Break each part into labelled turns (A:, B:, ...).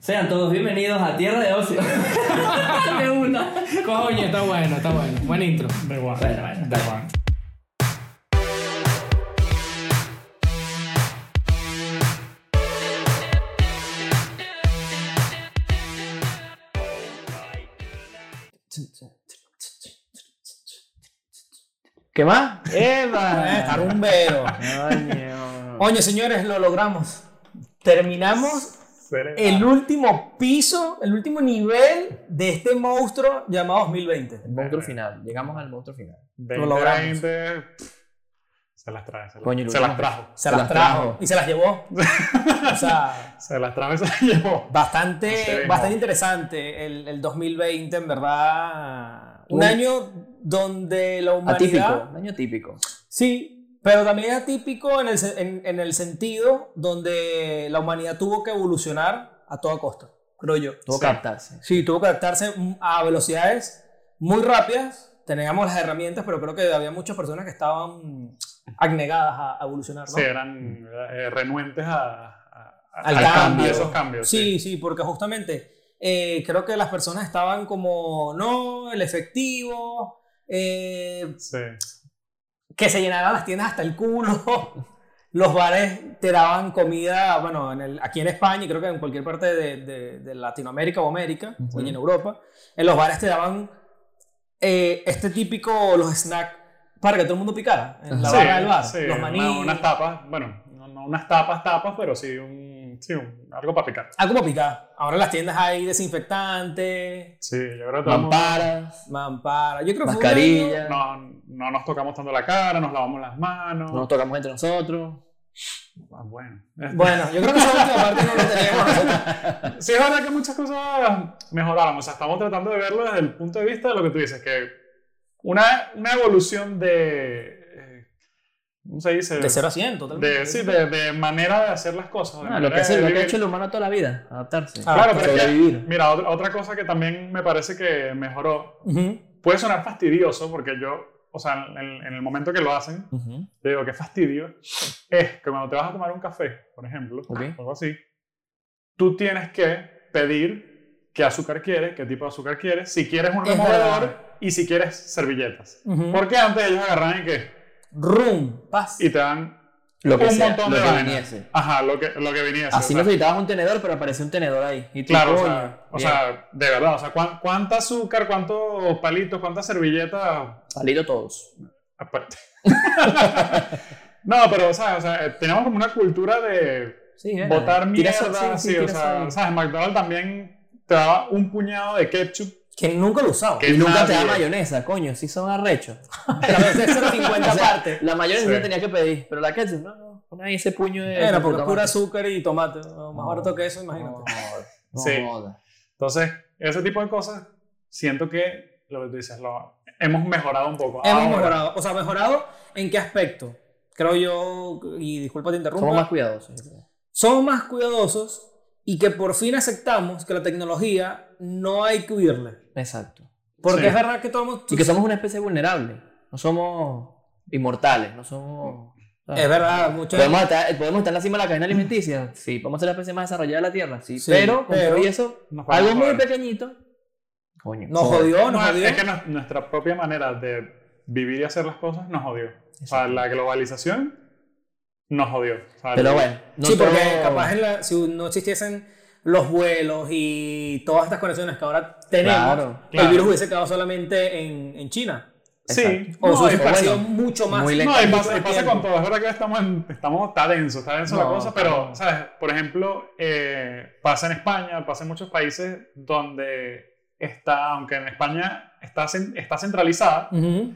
A: Sean todos bienvenidos a Tierra de Ocio. de una.
B: Coño, está bueno, está bueno. Buen intro.
C: Da igual.
A: Bueno, bueno,
C: Da igual.
D: ¿Qué más? ¡Eva!
C: Eh, Tarumbero.
D: Coño. Oye, señores, lo logramos. Terminamos el último piso, el último nivel de este monstruo llamado 2020.
C: El monstruo
D: final. Llegamos al monstruo final. Lo
C: 20,
D: logramos.
C: 20, pff, se las trae. Se, las-
D: Coño, lo
C: se las
D: logramos.
C: trajo.
D: Se, las
A: pues, las
D: trajo.
A: trajo. Ah,
D: Y se las llevó. o sea,
C: Se las trajo y se las llevó. Se
D: bastante,
C: ve
D: bastante
C: mal.
D: interesante el, el 2020, en verdad. Un
A: Un-
D: año donde la humanidad...
A: Atípico. Un año típico.
D: Sí, pero también es atípico en el, se- en, en el sentido donde la humanidad tuvo que evolucionar a toda costa, creo yo.
A: Tuvo que adaptarse.
D: Sí, tuvo que adaptarse mm, a velocidades muy rápidas. Teníamos las herramientas, pero creo que había muchas personas que estaban abnegadas a a evolucionar. ¿no?
C: Sí, eran eh, renuentes a, a- a-
D: Al
C: al
D: cambio.
C: cambio, esos cambios.
D: Sí, sí, porque justamente eh, creo que las personas estaban como, no, el efectivo, eh,
C: Sí.
D: que se llenaran las tiendas hasta el culo. Los bares te daban comida, bueno, en el- aquí en España y creo que en cualquier parte de, de- de Latinoamérica o América,
A: Ujú.
D: o en Europa, en los bares te daban eh, este típico, los snacks, para que todo el mundo picara, en la
C: Sí,
D: barra del bar,
C: sí,
D: los
C: una-
D: maní,
C: unas tapas, bueno, no, no unas tapas, tapas, pero sí, un, sí un- algo para picar.
D: algo para picar. ah, Ahora en las tiendas hay desinfectante,
C: Sí, yo creo que todo el mundo-
A: Mamparas.
D: mampara, yo creo que fue un año-
A: Mascarilla. No.
C: no, no nos tocamos tanto la cara, nos lavamos las manos.
A: nos tocamos entre nosotros.
C: Ah, bueno. Este,
D: Bueno, yo creo que esa última parte no la teníamos nosotros.
C: Sí, es verdad que muchas cosas mejoraron. O sea, estamos tratando de verlo desde el punto de vista de lo que tú dices, que una, una evolución de. eh, ¿Cómo se dice?
D: De 0 a 100, totalmente.
C: De, sí, de, de manera de hacer las cosas. de
A: Ah, lo,
C: manera
A: que es,
C: de
A: lo que ha
C: vivir.
A: hecho el humano toda la vida. Adaptarse.
D: Ah,
C: Claro, pero es que-
A: sobrevivir.
C: Mira, otra, otra cosa que también me parece que mejoró.
D: Ujú.
C: Puede sonar fastidioso porque yo, o sea, en, en el momento que lo hacen,
A: Ujú.
C: te digo que fastidio, es que cuando te vas a tomar un café, por ejemplo,
A: Ok.
C: o algo así, tú tienes que pedir qué azúcar quieres, qué tipo de azúcar quieres, si quieres un
D: Es
C: removedor
D: verdad.
C: y si quieres servilletas.
D: Ujú.
C: Porque antes ellos agarraban y que
D: Room, paz.
C: y te dan
A: Lo que
C: un
A: sea,
C: montón
A: lo
C: de
A: que
C: vainas.
A: viniese.
C: Ajá, lo que, lo que viniese.
A: Así
C: o sea,
A: necesitabas un tenedor, pero apareció un tenedor ahí. Y tú,
C: Claro, o
A: coño,
C: sea, o
A: bien.
C: sea, de verdad, o sea, ¿cuán- ¿cuánta azúcar, cuántos palitos, cuántas servilletas
A: Salido todos.
C: aparte? no, pero, ¿sabes? O sea, eh, tenemos como una cultura de
A: Sí, eh.
C: botar
A: Tira
C: mierda,
A: esa-
C: así, o
A: tira
C: sea,
A: esa-
C: ¿sabes? McDonald's también te daba un puñado de ketchup
D: Que nunca lo usaba.
C: que
A: Y nunca te da
C: nadie-
A: mayonesa, coño, si son arrechos.
D: Pero a veces son 50
A: O sea,
D: partes.
A: La mayonesa
C: Sí.
A: yo tenía que pedir, pero la ketchup, no, no. Pon ahí ese puño de.
D: Era porque
A: de tomate.
D: pura azúcar y tomate. O Más
A: No.
D: barato que eso, imagínate.
A: No, no
C: Sí.
A: jodas.
C: Entonces, ese tipo de cosas, siento que lo que tú dices, lo, hemos mejorado un poco.
D: Hemos
C: Ahora,
D: mejorado. O sea, mejorado en qué aspecto? Creo yo, y disculpa te interrumpa,
A: Somos más cuidadosos. yo creo.
D: somos más cuidadosos y que por fin aceptamos que la tecnología no hay que huirle.
A: Exacto.
D: Porque
C: Sí.
D: es verdad que todos
A: Y que somos una especie vulnerable. No somos inmortales, no somos.
D: Es verdad, muchos.
A: ¿Podemos estar, podemos estar en la cima de la cadena alimenticia. Sí, podemos ser la especie más desarrollada de la Tierra. Sí,
D: Mm. Sí,
A: pero con
D: pero-
A: todo y eso,
C: nos podemos
A: algo muy
C: joder.
A: pequeñito. Coño.
D: Nos
A: joder.
D: jodió,
C: No,
D: nos jodió.
C: es que nos- nuestra propia manera de vivir y hacer las cosas nos jodió. O sea,
A: Exacto.
C: la globalización nos jodió. O sea,
A: Pero
C: el-
A: bueno, no
D: sí, porque
A: todo-
D: capaz en la- si no existiesen los vuelos y todas estas conexiones que ahora tenemos,
A: Claro,
D: el
C: claro.
D: virus hubiese quedado solamente en, en China.
C: Sí,
D: O
C: no,
D: se
C: y
D: hubiese
C: pasa-
D: parecido mucho más.
A: muy lento.
C: no, y
D: mucho
C: pasa,
D: más
C: y pasa
D: tiempo.
C: con todo. Es verdad que estamos, en- estamos está denso, está denso la
A: No,
C: cosa, pero,
A: claro.
C: ¿sabes? Por ejemplo, eh, pasa en España, pasa en muchos países donde está, aunque en España está, cen- está centralizada,
D: Ujú.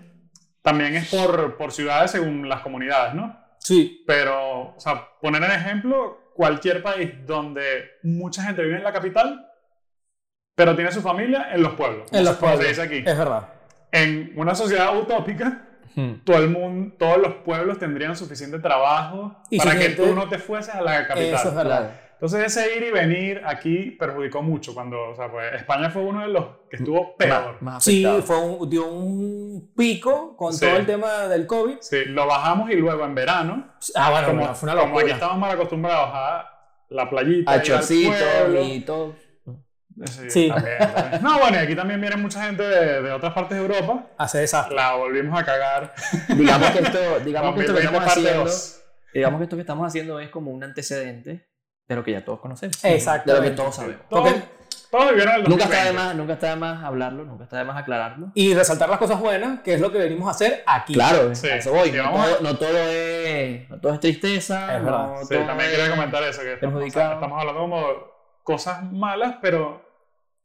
C: también es por, por ciudades según las comunidades, ¿no?
D: Sí,
C: Pero, o sea, poner en ejemplo cualquier país donde mucha gente vive en la capital, pero tiene su familia en los pueblos.
D: en los
C: como
D: pueblos.
C: Se dice aquí.
D: Es verdad.
C: En una sociedad utópica,
A: Hmm.
C: todo el mundo, todos los pueblos tendrían suficiente trabajo
D: Y
C: para
D: suficiente-
C: que tú no te fueses a la capital.
D: Eso es verdad.
A: Claro.
C: Entonces ese ir y venir aquí perjudicó mucho cuando, o sea, pues España fue uno de los que
D: Mm,
C: estuvo peor.
A: Más- más
D: Sí,
A: afectado.
D: fue un, dio un pico con
C: Sí.
D: todo el tema del COVID.
C: Sí, lo bajamos y luego en verano,
D: Ah, bueno,
C: como,
D: bueno, fue una
C: como aquí
D: locura.
C: estamos mal acostumbrados a la playita,
A: A
C: ir al pueblo.
A: chorcitos y todo.
C: Sí,
D: Sí.
C: también, también. No, bueno, y aquí también viene mucha gente de, de otras partes de Europa.
D: Hace desastre.
C: La volvimos a cagar.
A: Digamos que esto, digamos que, esto que
C: 2020
A: estamos
C: parte
A: haciendo,
C: dos.
A: digamos que esto que estamos haciendo es como un antecedente de lo que ya todos conocemos.
D: Exacto.
A: De lo que todos sabemos.
C: Todos,
D: Porque-
C: todos vivieron el
A: Nunca está, de
C: 2020.
A: más, nunca está de más hablarlo, nunca está de más aclararlo.
D: Y resaltar las cosas buenas, que es lo que venimos a hacer aquí.
A: Claro,
C: Sí,
A: a eso voy. No
C: digamos-
A: todo, no todo es, no todo es tristeza.
D: Es
A: no
D: verdad.
A: todo
C: Sí, también
A: es-
C: quería comentar eso, que estamos, o sea,
A: perjudicado.
C: estamos hablando como cosas malas, pero...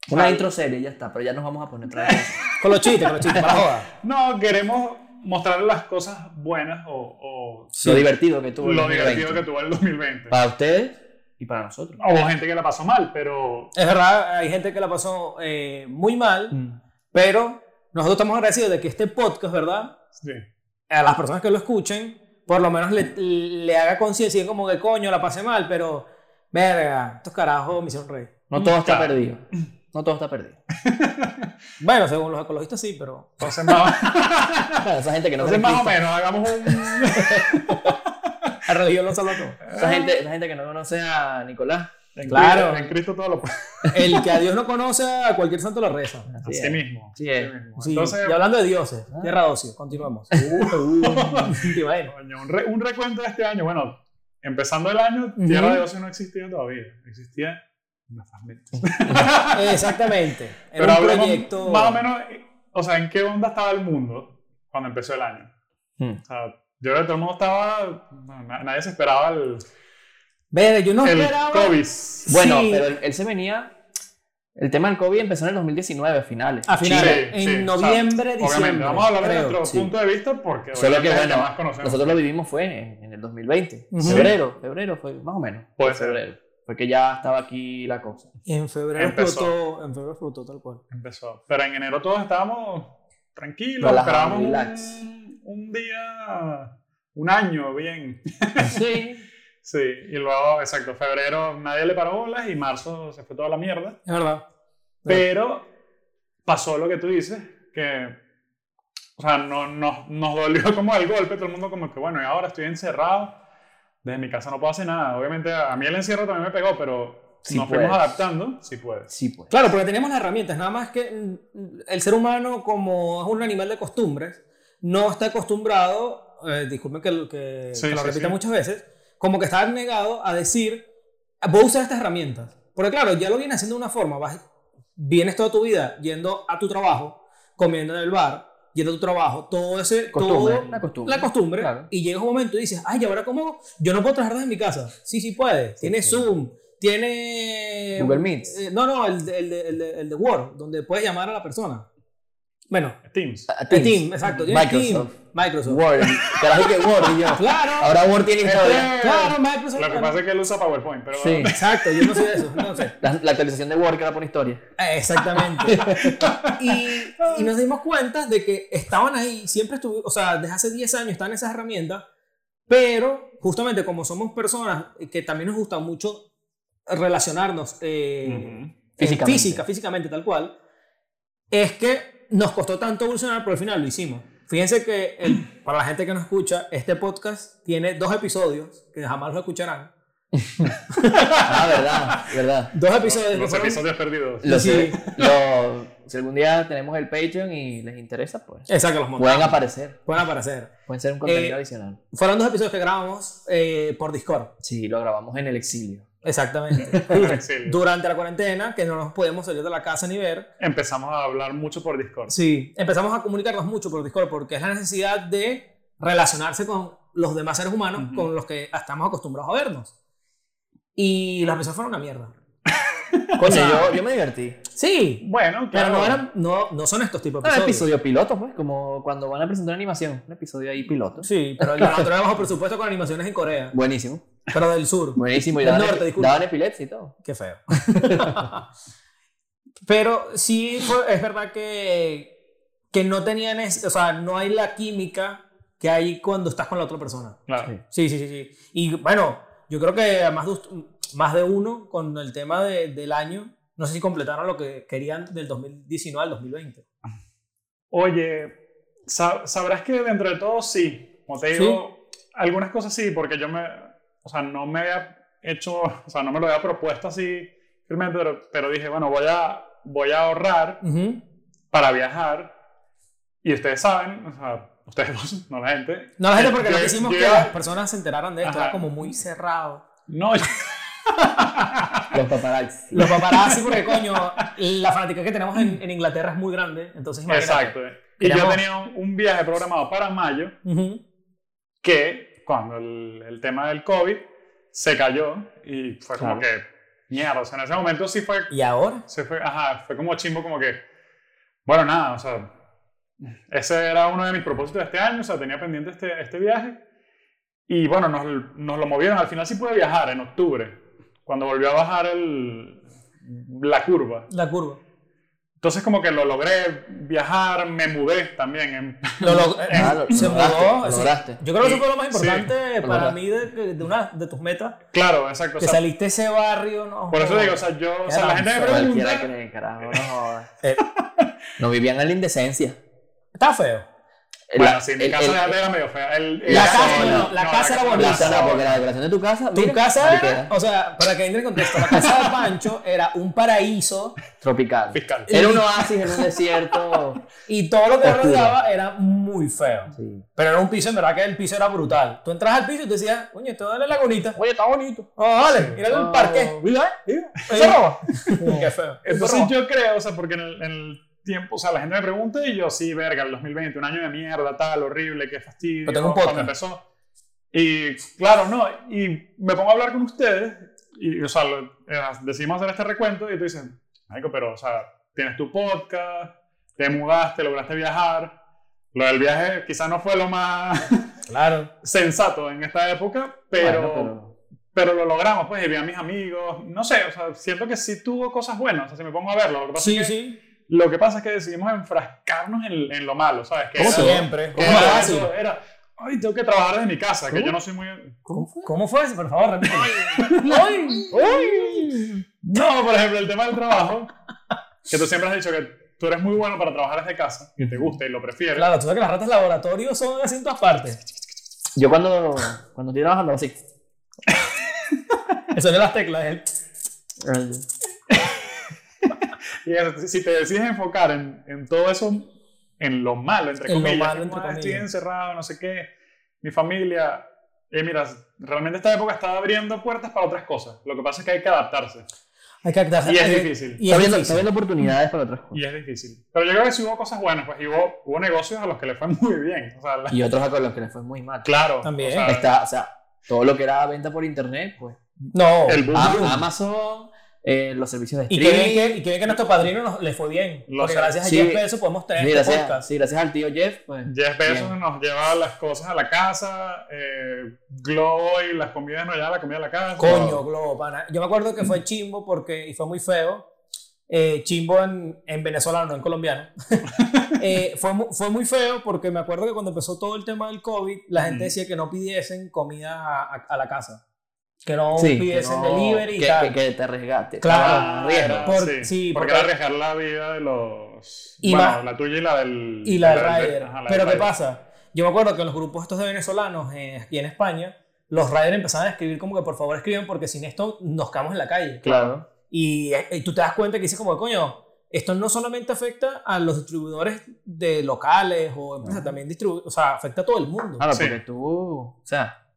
A: Una
C: o sea,
A: intro seria, ya está, pero ya nos vamos a poner
C: Eh.
A: otra vez.
D: Con los chistes, con los chistes, para la joda.
C: No, queremos mostrar las cosas buenas o, o
A: Lo divertido que tuvo. el
C: lo
A: 2020.
C: divertido que tuvo el 2020.
A: Para ustedes y para nosotros.
C: O hubo gente que la pasó mal, pero...
D: Es verdad, hay gente que la pasó eh, muy mal,
A: Mm.
D: pero nosotros estamos agradecidos de que este podcast, ¿verdad?
C: Sí.
D: A las personas que lo escuchen, por lo menos le, le haga conciencia y como que coño, la pasé mal, pero verga, estos carajos me hicieron reír.
A: No todo está
C: Claro.
A: perdido. No todo está perdido.
D: Bueno, según los ecologistas sí, pero...
C: Entonces, más,
A: Claro, esa gente que no cree
C: entonces
A: en
C: más o
A: Cristo.
C: menos, hagamos un...
D: La religión lo salva todo.
A: Esa gente, esa gente que no conoce a Nicolás.
C: En
D: Claro.
C: Cristo, en Cristo todo lo puede.
D: El que a Dios no conoce, a cualquier santo lo reza.
A: Así
C: Así
A: es.
C: mismo.
A: Así es.
C: así mismo.
D: Sí,
C: Entonces,
D: y hablando de dioses, ¿eh? tierra Uh, docio, continuamos. Te imagino.
C: coño, un, re- un recuento de este año. Bueno, empezando el año, Tierra de Ocio no existía todavía. Existía nuestras mentes.
D: Exactamente. Era
C: Pero
D: un
C: hablemos
D: proyecto.
C: más o menos, o sea, ¿en qué onda estaba el mundo cuando empezó el año?
A: Hmm.
C: O sea, yo creo que todo el mundo estaba, no, na- nadie se esperaba el,
D: Verga, yo no
C: el
D: esperaba.
C: COVID.
A: Bueno,
D: Sí.
A: pero él, él se venía. El tema del COVID empezó en el 2019, finales.
C: Ah,
D: A finales,
C: Sí,
D: en
C: sí,
D: noviembre,
C: o sea,
D: diciembre.
C: Obviamente, vamos a hablar de
D: creo,
C: nuestro
D: sí.
C: punto de vista porque
A: Solo que
C: obviamente es el
A: bueno,
C: más conocemos.
A: nosotros lo vivimos fue en, en el 2020.
D: Ujú.
A: Febrero, febrero fue más o menos.
C: Puede
A: Fue
C: ser.
A: Febrero. Porque ya estaba aquí la cosa.
D: En febrero
C: Empezó.
D: explotó, en febrero explotó tal cual.
C: Empezó. Pero en enero todos estábamos tranquilos,
A: Relajados,
C: esperábamos un-
A: relax.
C: un, día, un año bien.
A: Sí.
C: Sí, y luego, exacto, febrero nadie le paró bolas y marzo se fue toda la mierda.
D: Es verdad.
C: Pero pasó lo que tú dices, que, o sea, no, no- nos dolió como el golpe, todo el mundo como que, bueno, y ahora estoy encerrado, desde mi casa no puedo hacer nada. Obviamente a mí el encierro también me pegó, pero
A: Sí
C: nos
A: puedes.
C: fuimos adaptando, sí puedes.
A: Sí, pues.
D: Claro, porque tenemos las herramientas, nada más que mm, el ser humano, como es un animal de costumbres, no está acostumbrado, eh, disculpen que, lo- que-
C: Sí,
D: que lo
C: sí,
D: repita
C: sí.
D: muchas veces, como que está negado a decir, voy a usar estas herramientas. Porque claro, ya lo vienes haciendo de una forma, vas, vienes toda tu vida yendo a tu trabajo, comiendo en el bar, yendo a tu trabajo, todo ese...
A: Costumbre,
D: todo-
A: la costumbre.
D: La costumbre.
A: Claro.
D: Y llega un momento y dices, ay, ¿y ahora cómo? Yo no puedo trabajar desde mi casa. Sí, sí puedes. Tiene Zoom, tiene...
A: Google Meet.
D: Eh, no, no, el de, el, de, el, de, el de Word, donde puedes llamar a la persona. Bueno,
C: Teams.
A: A
D: el
A: Teams.
D: Team, exacto. tienes
A: Microsoft.
D: Team, Microsoft.
A: Word. Carajo que Word y yo.
D: Claro,
A: Ahora Word tiene historia.
C: Este-
D: claro, Microsoft.
C: Lo que
D: claro.
C: pasa es que él usa PowerPoint, pero
A: Sí.
D: Exacto, yo no sé de eso, no sé.
A: La, la actualización de Word que la pone historia.
D: Eh, Exactamente. Y, y nos dimos cuenta de que estaban ahí, siempre estuvo, o sea, desde hace 10 años están esas herramientas, pero justamente como somos personas eh, que también nos gusta mucho relacionarnos eh,
C: Ujú.
D: eh,
A: Físicamente.
D: física, físicamente tal cual, es que nos costó tanto evolucionar, pero al final lo hicimos. Fíjense que el- para la gente que nos escucha, este podcast tiene dos episodios que jamás lo escucharán.
A: Ah, verdad, verdad.
D: Dos episodios. que
C: los
D: fueron-
C: episodios perdidos.
A: Lo
D: Sí.
A: sé. Lo- si algún día tenemos el Patreon y les interesa, pues
D: Exacto, los montamos.
A: pueden aparecer.
D: Pueden aparecer.
A: Pueden ser un contenido
D: Eh,
A: adicional.
D: Fueron dos episodios que grabamos eh, por Discord.
A: Sí, lo grabamos en el exilio.
D: Exactamente.
C: En el exilio.
D: Durante la cuarentena, que no nos podemos salir de la casa ni ver.
C: Empezamos a hablar mucho por Discord.
D: Sí. Empezamos a comunicarnos mucho por Discord porque es la necesidad de relacionarse con los demás seres humanos
C: Ujú.
D: con los que estamos acostumbrados a vernos. Y las episodios fueron una mierda.
A: Coño, yo, yo me divertí.
D: Sí.
C: Bueno,
D: Pero
C: claro.
D: no, eran, no, no son estos tipos de
A: Ah,
D: episodios.
A: episodio piloto, pues, como cuando van a presentar animación. Un episodio ahí piloto.
D: Sí, pero el de nosotros era bajo presupuesto con animaciones en Corea.
A: Buenísimo.
D: Pero del sur.
A: Buenísimo. Y
D: Del
A: daban,
D: norte,
A: epi-
D: disculpa.
A: daban epilepsia y todo.
D: Qué feo. Pero sí fue- es verdad que, que no tenían, es- o sea, no hay la química que hay cuando estás con la otra persona.
C: Claro.
A: Sí.
D: Sí, sí, sí, sí. Y bueno, yo creo que más de, ust- más de uno con el tema de- del año, no sé si completaron lo que querían del 2019 al 2020.
C: Oye, sa- sabrás que dentro de todo sí. Como te digo, algunas cosas sí, porque yo me. O sea, no me había hecho, o sea, no me lo había propuesto así, realmente, pero, pero dije, bueno, voy a, voy a ahorrar
D: Ujú.
C: para viajar. Y ustedes saben, o sea, ustedes dos, no la gente.
D: No, la gente, porque
C: Yo-
D: no quisimos
C: yo
D: que
C: iba-
D: las personas se enteraran de esto,
C: Ajá.
D: era como muy cerrado.
C: No, yo-
A: Los paparazzi.
D: Los paparazzi, porque coño, la fanática que tenemos en, en Inglaterra es muy grande, entonces imagínate.
C: exacto. Y yo
D: Queremos-
C: tenía un, un viaje programado para mayo
D: Ujú.
C: que, cuando el, el tema del COVID se cayó y fue como que, mierda, o sea, en ese momento sí fue
D: Y ahora,
C: se fue, ajá, fue como chimbo, como que, bueno, nada, o sea, ese era uno de mis propósitos de este año, o sea, tenía pendiente este, este viaje, y bueno, nos, nos lo movieron, al final sí pude viajar en octubre, cuando volvió a bajar el, la curva.
D: la curva.
C: Entonces como que lo logré viajar, me mudé también. en-
D: Lo, log-
A: Ah, lo-
D: se
A: lo
D: mudó.
A: lograste, lo
D: sí.
A: lograste.
D: Yo creo que eso fue lo más
C: Sí,
D: importante
A: lo
D: para
A: lograste.
D: mí de, que- de una de tus metas.
C: claro, exacto. o
D: que
C: sea,
D: saliste de ese barrio, ¿no?
C: por eso digo, o sea, yo, o sea, la gente me
A: Cualquiera
C: pregunta,
A: cree, carajo, no jodas. No vivían en la indecencia.
D: Eh, Está feo.
C: bueno,
A: La-
C: sí, mi
A: el-
C: casa
A: el-
C: era medio fea. el- el-
A: La
C: no,
A: casa, no,
D: la casa era bonita.
A: la sala, porque la decoración de tu casa.
D: Tu
A: mira,
D: casa
A: mariquera,
D: era, o sea, para que entre en contexto, la casa de Pancho era un paraíso
A: tropical.
C: Fiscal.
A: Era un oasis en un desierto.
D: y todo lo que
A: Oscuro.
D: rodeaba era muy feo.
A: Sí.
D: Pero era un piso, en verdad que el piso era brutal. Tú entras al piso y te decías, coño, esto es la lagunita.
A: Oye, está bonito.
D: Oh, vale, mira el parque.
A: Ah, Mira,
D: Se roba. Qué feo.
C: Entonces yo creo, o sea, porque en el, en el tiempo, o sea, la gente me pregunta y yo, sí, verga, el 2020, un año de mierda, tal, horrible, qué fastidio,
D: Pero tengo un
C: cuando
D: podcast.
C: empezó. Y claro, no, y me pongo a hablar con ustedes y, o sea, lo- eh, decidimos hacer este recuento y tú dices, Marico, pero, o sea, tienes tu podcast, te mudaste, lograste viajar. Lo del viaje quizás no fue lo más
D: Claro.
C: sensato en esta época, pero pero lo logramos, pues, y vi a mis amigos, no sé, o sea, siento que sí tuvo cosas buenas, o sea, si me pongo a verlo, lo que pasa,
D: Sí,
C: es, que,
D: sí.
C: Lo que pasa es que decidimos enfrascarnos en, en lo malo, ¿sabes? Que
D: Como
C: era-
D: siempre.
C: que
D: Como
C: era,
D: fue
C: eso, era, ay, tengo que trabajar desde mi casa, que
D: ¿Cómo?
C: yo no soy muy...
D: ¿Cómo fue? ¿Cómo fue eso? Por favor, repítelo. Ay,
C: No, por ejemplo, el tema del trabajo, que tú siempre has dicho que tú eres muy bueno para trabajar desde casa, y te gusta y lo prefieres.
D: Claro, tú sabes que las ratas de laboratorio son así en todas partes.
A: Yo cuando, cuando estoy trabajando así.
D: Eso de las teclas. el-
C: Y eso, si te decides enfocar en, en todo eso, en lo malo, entre
D: En lo
C: comillas,
D: malo,
C: como,
D: entre
C: "Ah, estoy
D: comillas".
C: encerrado, no sé qué, mi familia. Eh, mira, realmente esta época está abriendo puertas para otras cosas. Lo que pasa es que hay que adaptarse.
D: Hay que adaptarse.
C: Y es
D: Hay que-
C: difícil.
D: Y
A: Está
D: es
A: viendo, está
D: difícil.
A: viendo oportunidades para otras cosas.
C: Y es difícil. Pero yo creo que sí hubo cosas buenas, pues y hubo, hubo negocios a los que le fue muy bien. O sea, la-
A: Y otros a los que les fue muy mal.
C: claro.
D: También.
C: o sea,
A: Está, o sea, todo lo que era venta por internet, pues.
D: No.
C: el boom,
A: A-
C: boom.
A: Amazon, eh, los servicios de
D: Y que, bien
A: streaming.
D: que, y que bien que nuestro padrino nos, le fue bien.
C: Lo
D: porque
C: sé.
D: gracias a
A: Sí.
D: 10 pesos podemos tener
A: Sí,
D: este
A: gracias,
D: podcast.
A: sí, gracias al tío Jeff, pues.
C: Jeff Bezos
A: Bien.
C: nos lleva las cosas a la casa, eh, Globo y las comidas nos lleva la comida a la casa.
D: Coño, Globo, pana. Yo me acuerdo que fue chimbo porque, y fue muy feo. eh, chimbo en, en venezolano, no en colombiano. Eh, fue, mu- fue muy feo porque me acuerdo que cuando empezó todo el tema del COVID, la gente
C: Ujú.
D: decía que no pidiesen comida a, a- a la casa. Que no
A: Sí,
D: pidiesen
A: que no-
D: delivery y
A: que,
D: tal.
A: que- que te arriesgaste.
D: Claro.
A: Ah, riesgo.
C: era-
D: Por-
C: sí,
D: sí,
C: porque,
D: porque-
C: era arriesgar la vida de los.
D: Y
C: bueno,
D: más-
C: la tuya y la del.
D: y la de
C: del-
D: Ryder.
C: ajá, la del
D: Pero ¿qué
C: Ryder.
D: pasa? Yo me acuerdo que en los grupos estos de venezolanos eh, aquí en España, los Ryder empezaban a escribir como que por favor escriban porque sin esto nos quedamos en la calle.
A: Claro.
D: Y, eh, tú te das cuenta que dices como, coño, esto no solamente afecta a los distribuidores de locales o empresas, también distribu o sea, afecta a todo el mundo.
A: Ahora,
C: Sí.
A: porque tú, o sea,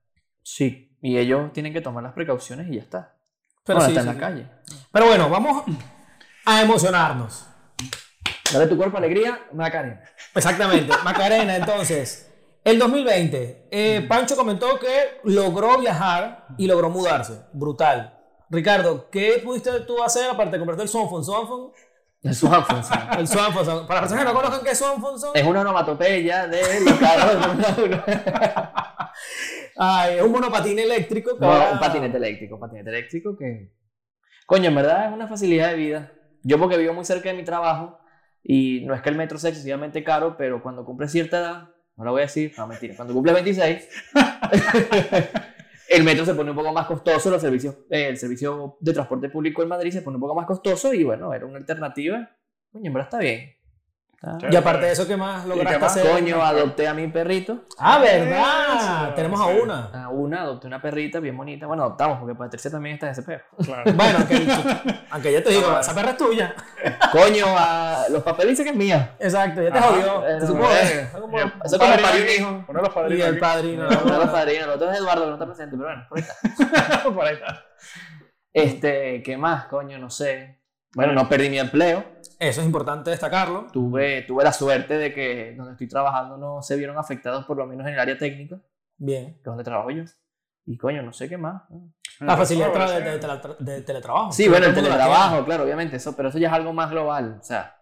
A: sí, y ellos tienen que tomar las precauciones y ya está.
D: Pero,
A: Ahora
D: sí,
A: está
D: sí,
A: en
D: sí.
A: la calle.
D: Pero bueno, vamos a emocionarnos.
A: Dale tu cuerpo alegría, Macarena.
D: Exactamente. Macarena, entonces, el 2020, eh,
A: Mm.
D: Pancho comentó que logró viajar y logró mudarse. Brutal. Ricardo, ¿qué pudiste tú hacer aparte de comprarte el Sonfon? Sonfon,
A: Eso va a funcionar.
D: el Sonfon, son- para las personas que no conozcan qué es Sonfon, son,
A: Es una onomatopeya de los carros de Fórmula Uno.
D: Ay, ah, es un monopatín eléctrico. que
A: No,
D: ahora-
A: un patinete eléctrico, un patinete eléctrico que... Coño, en verdad es una facilidad de vida. Yo porque vivo muy cerca de mi trabajo y no es que el metro sea excesivamente caro, pero cuando cumples cierta edad, no lo voy a decir, no, mentira, cuando cumples 26, el metro se pone un poco más costoso, los servicios, eh, el servicio de transporte público en Madrid se pone un poco más costoso y bueno, era una alternativa. Coño, en verdad está bien. Ah.
C: Chévere.
D: Y aparte de eso, ¿qué más lograste
C: qué más?
D: hacer?
A: Coño, adopté a mi perrito.
D: Ah, ¿verdad?
C: Eso,
D: Tenemos a
C: sí.
D: una.
A: A una, adopté una perrita bien bonita. Bueno, adoptamos, porque Patricia también está en ese peo.
C: Claro.
D: Bueno, aunque, aunque ya te digo,
C: Ah.
D: esa perra es tuya.
A: Coño, a... los papeles dicen que es mía.
D: Exacto, ya te
C: Ajá.
D: jodió.
A: Eh,
D: te
A: no,
D: supo-
A: eh. eh,
D: Fue como-
C: Y el
A: Eso es como
C: padrino
A: parir un
C: aquí,
A: hijo.
C: Uno de los
D: Y
C: padrinos.
D: el
C: aquí.
D: padrino.
A: Uno de los padrinos, el otro es Eduardo, que no está presente, pero bueno. por ahí está.
C: Por ahí está.
A: Este, ¿qué más, coño? No sé. Bueno, no perdí mi empleo.
D: Eso es importante destacarlo.
A: Tuve, tuve la suerte de que donde estoy trabajando no se vieron afectados, por lo menos en el área técnica, que
D: Bien.
A: es donde trabajo yo. Y coño, no sé qué más.
D: La facilidad
C: Mm. Ah, Bueno,
D: tra- de,
C: sí.
D: de tele- de teletrabajo.
A: Sí, bueno, el
D: Todo mundo la
A: teletrabajo, claro, obviamente, eso, pero eso ya es algo más global. O sea,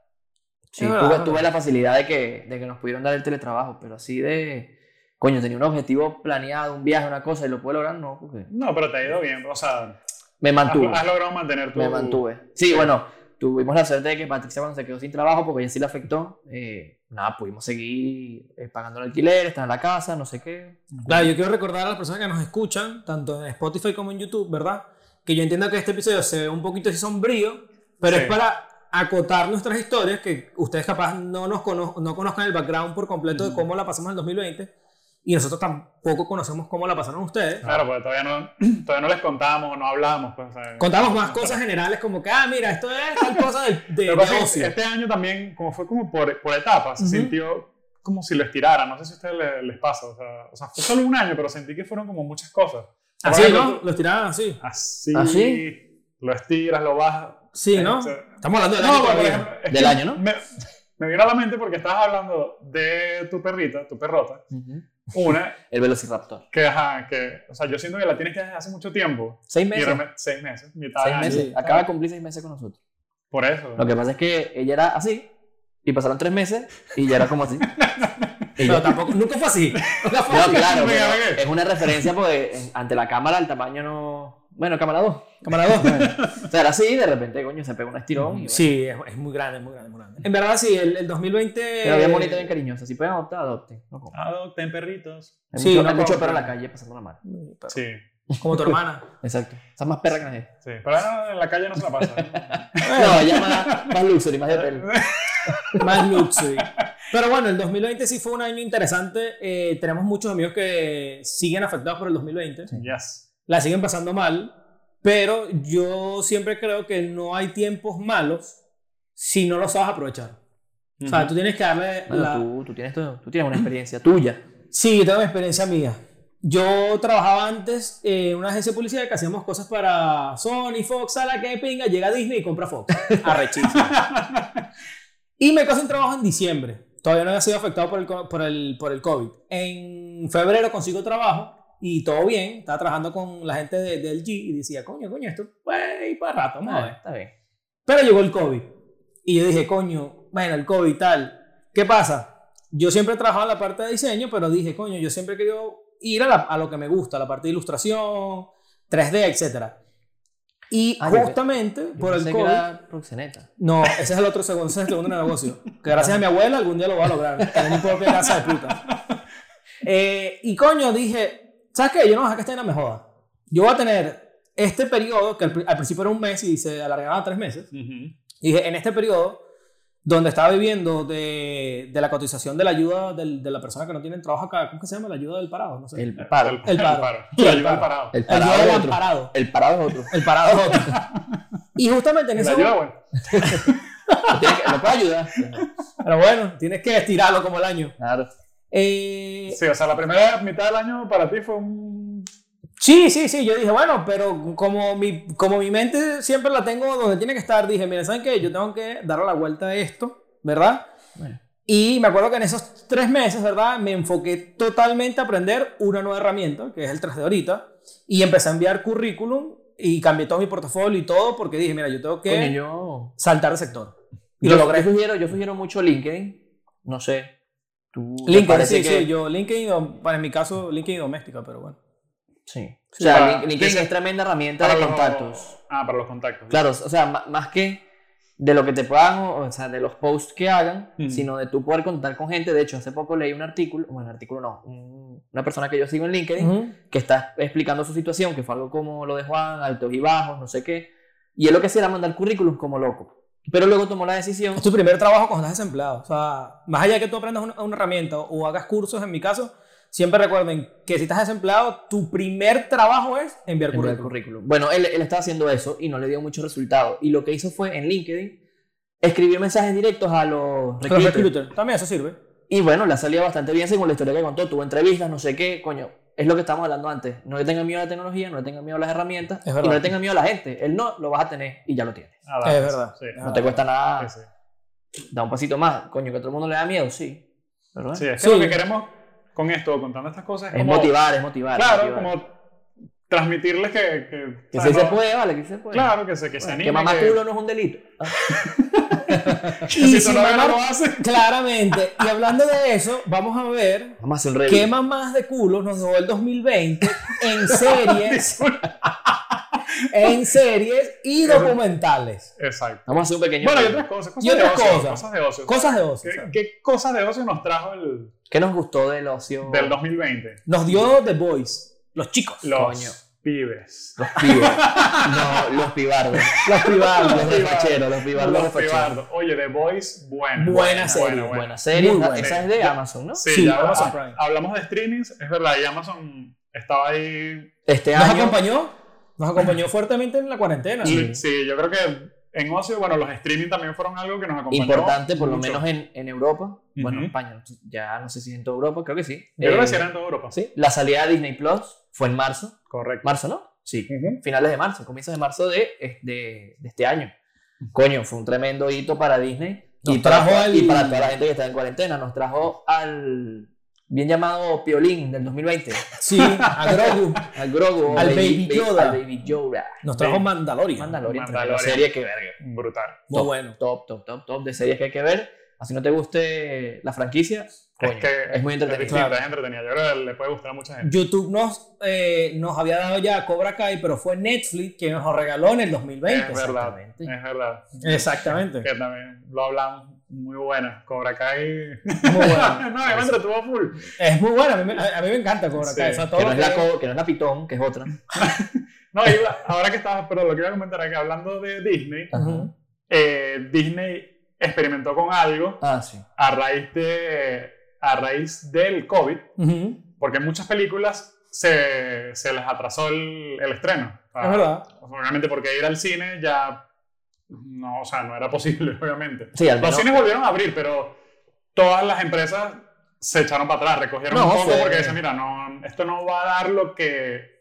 A: sí,
D: Es
A: tuve,
D: verdad, es
A: tuve
D: verdad.
A: la facilidad de que, de que nos pudieron dar el teletrabajo, pero así de, coño, tenía un objetivo planeado, un viaje, una cosa, y lo pude lograr, no, porque
C: No, pero te ha ido bien. O sea,
A: me
C: has,
A: mantuve,
C: has logrado mantener tu.
A: me mantuve. Sí, bueno, tuvimos la suerte de que Patricia cuando se quedó sin trabajo, porque ella sí le afectó, eh, nada, pudimos seguir eh, pagando el alquiler, estar en la casa, no sé qué.
D: Claro, yo quiero recordar a las personas que nos escuchan, tanto en Spotify como en YouTube, ¿verdad? Que yo entiendo que este episodio se ve un poquito así sombrío, pero
C: Sí.
D: es para acotar nuestras historias, que ustedes capaz no, nos cono- no conozcan el background por completo de cómo la pasamos en el 2020, y nosotros tampoco conocemos cómo la pasaron ustedes.
C: Claro, porque todavía no, todavía no les contábamos, no hablábamos. Pues, o sea,
D: Contamos más cosas generales como que, ah, mira, esto es tal cosa del- de, de,
C: Lo que pasa es que
D: ocio.
C: este año también, como fue como por, por etapas,
D: Ujú.
C: se sintió como si lo estirara. No sé si a ustedes le- les, pasa. O sea, o sea, fue solo un año, pero sentí que fueron como muchas cosas.
D: Así,
C: Bueno,
D: ¿no? Los tiraban así.
C: Así.
A: ¿Ah, ¿Así?
C: Lo estiras, lo bajas.
D: Sí, ¿no?
C: Este-
D: Estamos hablando de la
C: No, por
D: todavía.
C: ejemplo, es
A: Del
C: que
A: año, ¿no?
C: Me, me vino a la mente porque estabas hablando de tu perrita, tu perrota. Una
A: El Velociraptor.
C: que, ajá, que, o sea, yo siento que la tienes que hacer hace mucho tiempo.
A: Seis
C: Y de
A: meses.
C: repente- seis meses, mitad de
A: Seis
C: año.
A: meses.
D: sí.
A: Acaba de cumplir seis meses con nosotros.
C: Por eso.
A: Lo que pasa es que ella era así, y pasaron tres meses, y ya era como así. Y
D: Pero
A: yo-
D: tampoco, nunca fue así. Nunca fue
A: No,
D: así.
A: claro,
C: Venga,
A: pero
C: venga.
A: es una referencia porque en- ante la cámara el tamaño no... Bueno, cámara 2.
D: Camarada dos.
A: O sea, era así, de repente, coño, se pegó un estirón. y bueno.
D: Sí, es, es muy grande, es muy grande, es muy grande. En verdad, sí, el, el 2020.
A: Pero bien ¿eh? bonita, bien cariñosa. Si pueden adoptar, adopten. No compren.
C: Adopten perritos.
A: hay
D: Sí,
A: mucho,
D: no
A: hay mucho
D: compren.
A: perro en la calle pasando la mano.
C: Sí,
D: Como tu hermana.
A: Exacto. Esa es más perra que la gente.
C: sí. Pero no, en la calle no se la pasa.
A: No, ella más, más luxury, más de pelo.
D: Más luxury. Pero bueno, el 2020 sí fue un año interesante. eh, tenemos muchos amigos que siguen afectados por el 2020.
C: yes.
D: La siguen pasando mal. Pero yo siempre creo que no hay tiempos malos si no los sabes aprovechar. O sea, tú tienes que darle
A: Bueno,
D: la,
A: tú, tú, tienes, tu- tú tienes una experiencia tuya.
D: Sí, yo tengo mi experiencia mía. Yo trabajaba antes en una agencia de publicidad que hacíamos cosas para Sony, Fox, a la que pinga, llega Disney y compra Fox. Arrechísimo. y me consigo un trabajo en diciembre. Todavía no había sido afectado por el, co- por, el, por el COVID. En febrero consigo trabajo y todo bien. Estaba trabajando con la gente de, del G y decía, coño, coño, esto puede ir para rato, vamos a
A: Ah,
D: ver.
A: está bien.
D: Pero llegó el COVID. Y yo dije, coño, bueno, el COVID y tal. ¿Qué pasa? Yo siempre he trabajado en la parte de diseño, pero dije, coño, yo siempre he querido ir a, la- a lo que me gusta, a la parte de ilustración, 3D, etc. Y
A: Ah, yo pe-
D: justamente
A: Yo
D: por el
A: pensé que
D: COVID...
A: era proxeneta.
D: No, ese es el otro segundo, ese es el segundo negocio. Que gracias a mi abuela algún día lo voy a lograr. Tener mi propia casa de puta. Eh, y coño, dije, ¿sabes qué? Yo no voy a dejar que esta vaina me joda. Yo voy a tener este periodo, que al, pri- al principio era un mes y se alargaba a tres meses. Y dije, en este periodo, donde estaba viviendo de, de la cotización de la ayuda del- de la persona que no tiene trabajo acá, ¿cómo que se llama? La ayuda del parado, no sé.
A: El paro.
D: El paro. Sí,
C: La
D: el
C: ayuda al
D: paro.
C: parado.
A: El
D: La
A: parado
D: ayuda
A: es
D: del
A: otro.
D: parado.
A: El parado es otro.
D: El parado es otro. y justamente en
C: La
D: ese
C: ayuda, bueno.
A: Lo tienes que- lo puedes ayudar.
D: Pero bueno, tienes que estirarlo como el año.
A: Claro.
D: Eh,
C: Sí, o sea, la primera mitad del año para ti fue un.
D: sí, sí, sí. Yo dije, bueno, pero como mi, como mi mente siempre la tengo donde tiene que estar, dije, mira, ¿saben qué? Yo tengo que darle la vuelta a esto, ¿verdad?
A: Bueno.
D: Y me acuerdo que en esos tres meses, ¿verdad? Me enfoqué totalmente a aprender una nueva herramienta, que es el 3D ahorita, y empecé a enviar currículum y cambié todo mi portafolio y todo porque dije, mira, yo tengo que
A: Coño, yo.
D: saltar de sector. Y
A: yo,
D: lo logré.
A: yo sugiero, yo sugiero mucho LinkedIn. No sé. Tú, ¿te
D: LinkedIn,
A: parece
D: sí,
A: que-
D: sí, yo LinkedIn, dom- bueno, en mi caso, LinkedIn doméstica, pero bueno.
A: Sí. O
D: Sí,
A: sea,
C: para-
A: Link- LinkedIn
C: dice-
A: es tremenda herramienta de
C: los-
A: contactos.
C: Ah, para los contactos.
A: Claro, o sea, ma- más que de lo que te puedan, o o sea, de los posts que hagan,
D: Mm.
C: Ujú.
A: sino de tú poder contar con gente. De hecho, hace poco leí un artículo, bueno, artículo no, un- una persona que yo sigo en LinkedIn,
D: Ujú.
A: que está explicando su situación, que fue algo como lo de Juan, altos y bajos, no sé qué. Y él lo que hacía era mandar currículums como loco. Pero luego tomó la decisión.
D: Es tu primer trabajo cuando estás desempleado. O sea, más allá de que tú aprendas una, una herramienta o hagas cursos, en mi caso, siempre recuerden que si estás desempleado, tu primer trabajo es enviar
A: enviar
D: currículum.
A: currículum. Bueno, él, él estaba haciendo eso y no le dio mucho resultado. Y lo que hizo fue en LinkedIn escribir mensajes directos a los
D: Pero
A: recruiters.
D: recruiter, también eso sirve.
A: Y bueno, le salía bastante bien según la historia que contó. Tuvo entrevistas, no sé qué, coño. Es lo que estábamos hablando antes. No le tengan miedo a la tecnología, no le tengan miedo a las herramientas
D: Es
A: y
D: verdad.
A: no le tengan miedo a la gente. Él no lo vas a tener y ya lo tienes.
C: Ah, dale,
D: Es verdad.
C: Sí, Ah,
A: No te cuesta nada.
C: sí, sí.
A: Da un pasito más. Coño, que a todo el mundo le da miedo, sí. Pero, bueno,
C: Sí, es que
D: Sí.
C: lo que queremos con esto, contando estas cosas,
A: Es
C: como-
A: motivar, es motivar.
C: Claro,
A: motivar.
C: como transmitirles que. Que,
A: Que
C: o
A: sí
C: sea,
A: se
C: no-
A: puede, vale, que sí se puede.
C: Claro, que se, que se
A: Bueno,
C: anime.
A: que mamá
C: que-
A: culo no es un delito. Ah,
C: que
D: Y
C: si
D: sin
C: todavía no
D: mamar-
C: lo hace.
D: Claramente. Y hablando de eso, vamos a ver
A: Vamos a hacer un review.
D: qué mamás de culo nos dejó el 2020 en series, en series y documentales.
C: Exacto.
A: Vamos a hacer un pequeño
C: Bueno, y
A: review.
C: otras cosas. cosas
D: Y otras
C: de ocio,
D: cosas.
C: Cosas de ocio.
D: Cosas de ocio.
C: ¿Qué, qué cosas de ocio nos trajo el,
A: ¿Qué nos gustó del ocio?
C: del 2020?
D: Nos dio The Boys, los chicos,
C: Los
A: Coño.
C: pibes.
A: Los pibes. no, los pibardos.
D: los privados.
A: Los despacheros, los pibardos. Los
C: Los
A: despacheros.
C: pibardos. Oye, The Boys, buena.
D: Buena serie,
A: Buena serie.
D: Muy
A: esa-
D: buena.
A: Esa es de
C: Ya.
A: Amazon, ¿no?
C: Sí,
D: Sí,
C: ya
D: Amazon
C: ha-
D: Prime.
C: hablamos de streamings, es verdad, y Amazon estaba ahí.
A: Este
D: Nos
A: año.
D: acompañó, nos acompañó fuertemente en la cuarentena.
A: Sí.
C: Sí. yo creo que en ocio, bueno, los streamings también fueron algo que nos acompañó.
A: Importante, por lo
C: mucho.
A: menos en, en Europa. Bueno,
C: Ujú.
A: España. Ya no sé si en toda Europa, creo que sí.
C: Yo creo
A: Eh,
C: que sí era en toda Europa.
A: sí. La salida de Disney Plus fue en marzo.
C: Correcto.
A: ¿Marzo, no? Sí.
C: Ujú.
A: finales de marzo, comienzos de marzo de, es- de, de este año. Coño, fue un tremendo hito para Disney
D: Nos
A: y, para-
D: trajo al-
A: y para toda la gente que está en cuarentena. Nos trajo al bien llamado Piolín del 2020,
D: Sí, a Grogu.
A: al Grogu, o
D: Al Baby Yoda.
A: al Baby Yoda.
D: Nos trajo
C: Sí.
D: Mandalorian.
A: Mandalorian,
C: Mandalorian.
A: tremenda serie que verga.
C: Brutal.
D: Muy bueno.
A: Top, top, top, top de series que hay que ver. Así no te guste la franquicia, coño, es,
C: que
A: muy
C: Es,
A: entretenido.
C: distinta, es entretenida. Yo creo que le puede gustar a mucha gente.
D: YouTube nos, eh, nos había dado ya Cobra Kai, pero fue Netflix quien nos lo regaló en el 2020.
C: Es verdad.
A: Exactamente.
C: Es verdad.
D: Exactamente.
C: Que también lo hablamos. Muy buena. Cobra Kai.
D: Muy bueno.
C: no, me entretuvo full.
D: Es muy buena, a mí, me- a- a mí me encanta Cobra
C: Sí.
D: Kai. O sea, todo
A: Que no,
D: lo
A: es la,
D: que-
A: co- que no es la Pitón, que es otra.
C: No, iba- ahora que estabas, pero lo que iba a comentar es que hablando de Disney,
A: Ajá.
C: eh, Disney experimentó con algo
A: Ah, sí.
C: a raíz, de, a raíz del COVID,
D: Ujú,
C: porque muchas películas se, se les atrasó el, el estreno. O sea,
D: Es verdad.
C: Obviamente porque ir al cine ya, no, o sea, no era posible, obviamente.
A: Sí, al
C: Los
A: menos-
C: cines volvieron a abrir, pero todas las empresas se echaron para atrás, recogieron
A: No,
C: un poco
A: fue-
C: porque decían, mira, no, esto no va a dar lo que...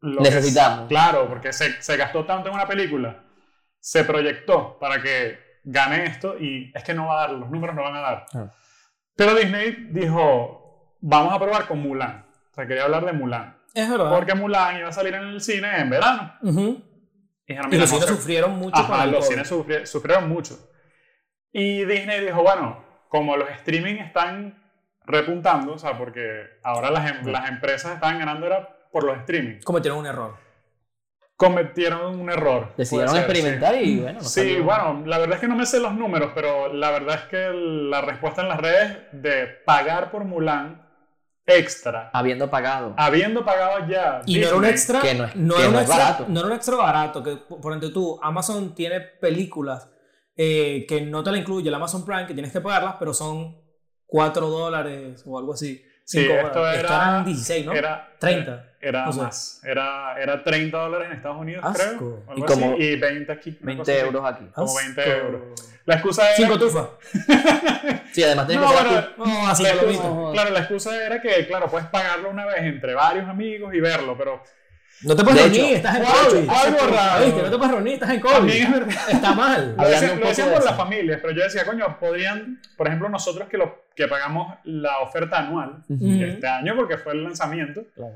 C: lo que-
A: Necesitamos.
C: claro, porque se, se gastó tanto en una película, se proyectó para que gane esto y es que no va a dar, los números no van a dar.
A: Ah.
C: Pero Disney dijo, vamos a probar con Mulan. O sea, quería hablar de Mulan.
D: Es
A: Ah.
D: verdad.
C: Porque Mulan iba a salir en el cine en verano.
D: Ujú.
C: Y dijeron,
D: Y
C: "Mira,
D: los
C: no
D: cines
C: se-
D: sufrieron mucho
C: Ajá,
D: con el
C: los
D: COVID.
C: cines sufri- sufrieron mucho. Y Disney dijo, bueno, como los streaming están repuntando, o sea, porque ahora las, em- las empresas estaban ganando era por los streaming.
D: Cometieron un error.
C: Cometieron un error.
A: Decidieron
C: puede ser,
A: experimentar y bueno. no
C: Sí, Sí,
A: salió-
C: bueno, la verdad es que no me sé los números, pero la verdad es que la respuesta en las redes de pagar por Mulan extra,
A: Habiendo pagado.
C: habiendo pagado ya.
D: Y no era un
C: Disney,
D: extra,
A: que no es-
D: no
A: que
D: era un
A: no es
D: extra,
A: barato.
D: no era un extra barato, que por por ejemplo tú, Amazon tiene películas eh, que no te la incluye el Amazon Prime, que tienes que pagarlas, pero son 4 dólares o algo así.
C: Sí,
D: cinco
C: esto
D: dólares.
C: era-
D: eran 16, ¿no?
C: Era,
D: 30.
C: Era
D: O sea.
C: más. Era, era 30 dólares en Estados Unidos,
D: Asco.
C: creo.
A: Y
C: Y,
A: como-
C: y 20 aquí. una
A: 20
C: cosa así.
A: euros aquí.
C: como 20
D: Asco.
C: euros. La excusa era.
D: Cinco tufas.
A: Sí, además
C: No,
A: tenés que pagar
C: bueno,
D: No, así
C: la
D: lo
C: excusa-
D: visto.
C: claro, la excusa era que, claro, puedes pagarlo una vez entre varios amigos y verlo, pero
D: No te puedes
A: De
D: reunir,
A: hecho,
D: estás en
C: algo-
D: COVID.
C: algo raro.
D: ¿Viste? No te puedes reunir, estás en
C: también es
D: COVID.
C: verdad.
D: Está mal.
A: Hablando
C: Lo decían,
A: un
C: lo
A: poco
C: decían
A: de
C: por
A: eso.
C: las familias, pero yo decía, coño, podrían, por ejemplo, nosotros que, lo, que pagamos la oferta anual
A: Ujú.
D: Ujú.
C: este año, porque fue el lanzamiento,
A: Claro.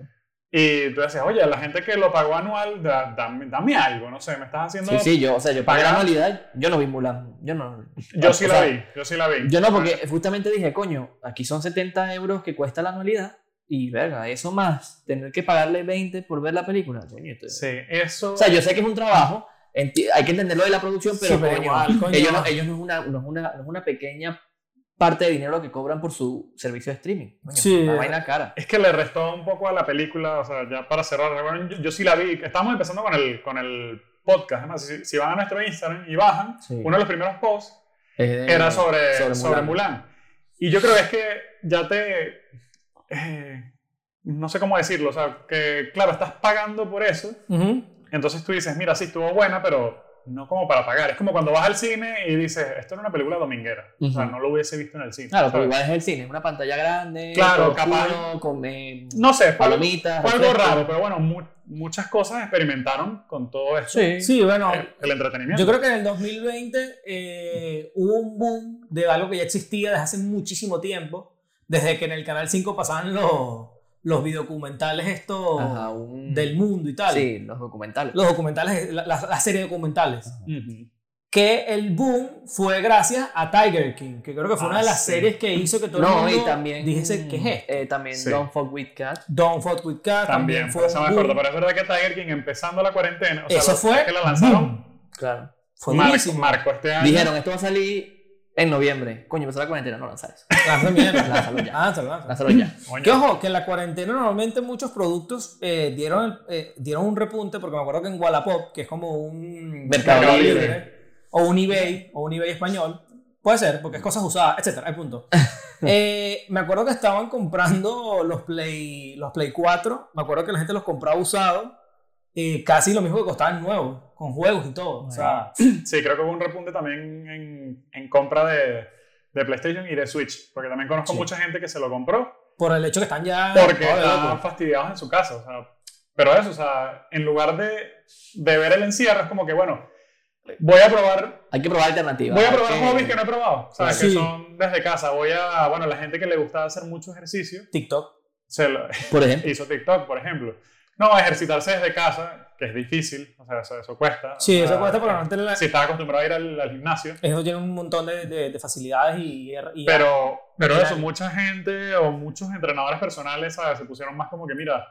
C: y tú decías, oye, la gente que lo pagó anual, da- dame, dame algo, no sé, me estás haciendo.
A: Sí, sí, yo, o sea, yo pagué la
C: Pagar.
A: anualidad, yo no vi Mulan. Yo no.
C: Yo sí
A: o
C: la
A: sea,
C: vi, yo sí la vi.
A: Yo no, porque justamente dije, coño, aquí son 70 euros que cuesta la anualidad y verga, eso más, tener que pagarle 20 por ver la película. coño, esto-
C: Sí, eso.
A: O sea, yo sé que es un trabajo, enti- hay que entenderlo de la producción, pero,
D: Sí, pero
A: coño,
D: igual, coño.
A: ellos, no, ellos no es una, no es una, no es una pequeña parte de dinero que cobran por su servicio de streaming. Coño,
D: Sí.
A: Una vaina cara.
C: Es que le restó un poco a la película, o sea, ya para cerrar, bueno, yo, yo sí la vi. Estábamos empezando con el, con el podcast. Además, si, si van a nuestro Instagram y bajan,
A: Sí.
C: uno de los primeros posts
A: Es de-
C: era sobre, sobre, Mulan.
A: Mulan.
C: Y yo creo que es que ya te... eh, no sé cómo decirlo, o sea, que claro, estás pagando por eso, entonces tú dices, mira, sí, estuvo buena, pero no como para pagar. Es como cuando vas al cine y dices, esto era una película dominguera, o sea,
A: Ujú.
C: no lo hubiese visto en el cine.
A: Claro, pero
C: ¿sabes?
A: igual es el cine, es una pantalla grande,
C: Claro,
A: todo
C: capaz-
A: oscuro, con eh,
C: No sé, fue algo,
A: palomitas,
C: fue algo
A: refrescos.
C: raro, pero bueno, mu- muchas cosas experimentaron con todo esto,
A: Sí.
D: Sí, bueno,
C: el, el entretenimiento.
D: yo creo que en el 2020 eh, hubo un boom de algo que ya existía desde hace muchísimo tiempo, desde que en el Canal 5 pasaban los, los videocumentales estos
A: Ajá, un-
D: del mundo y tal.
A: Sí, los documentales.
D: Los documentales, la, la- la serie de documentales.
C: Ujú.
D: Que el boom fue gracias a Tiger King, que creo que fue
C: Ah,
D: una de las
C: sí.
D: series que hizo que todo el
A: No,
D: mundo
A: y también.
D: dijese, ¿qué es esto?
A: eh, también
C: Sí.
A: Don't Fuck With Cat.
D: Don't Fuck With Cat
C: También,
D: también,
C: por
D: fue
C: eso
D: un
C: me acuerdo,
D: boom.
C: pero es verdad que Tiger King empezando la cuarentena, o sea,
D: Eso
C: la-
D: fue
C: que la lanzaron,
A: Claro.
D: Fue
C: Mar-
D: buenísimo.
C: Marco este año.
A: Dijeron, esto va a salir en noviembre. Coño, empezó la cuarentena, no lanzar eso.
D: Lánzalo bien,
A: Lánzalo ya.
D: Ah, Lánzalo, lánzalo.
A: Lánzalo ya.
C: Coño,
D: Que ojo, que en la cuarentena normalmente muchos productos eh, dieron, eh, dieron un repunte, porque me acuerdo que en Wallapop, que es como un
A: Mercado
C: Libre.
D: o un eBay, o un eBay español, puede ser, porque es cosas usadas, etcétera, hay punto. Eh, me acuerdo que estaban comprando los Play, los Play 4, me acuerdo que la gente los compraba usados, eh, casi lo mismo que costaban nuevos, con juegos y todo. O sea,
C: Sí, creo que hubo un repunte también en, en compra de, de PlayStation y de Switch, porque también conozco
D: Sí.
C: mucha gente que se lo compró
D: por el hecho que están ya...
C: porque
D: joder,
C: estaban
D: loco.
C: fastidiados en su casa. o sea, pero eso, o sea, en lugar de, de ver el encierro, es como que, bueno, voy a probar,
A: Hay que probar alternativas.
C: voy a probar
A: Hay
C: hobbies que no he probado, ¿sabes? Que
D: Sí.
C: son desde casa. Voy a, bueno, la gente que le gusta hacer mucho ejercicio,
D: TikTok.
C: se lo,
A: Por ejemplo.
C: hizo TikTok, por ejemplo. No, ejercitarse desde casa, que es difícil, o sea, eso, eso cuesta.
D: Sí,
C: o
D: eso
C: sea, eh,
D: cuesta, pero no te la-
C: Si estás acostumbrado a ir al, al gimnasio.
D: Eso tiene un montón de, de- de facilidades y, y-
C: Pero, pero
D: Claro.
C: eso, mucha gente o muchos entrenadores personales ¿sabes? se pusieron más como que, mira,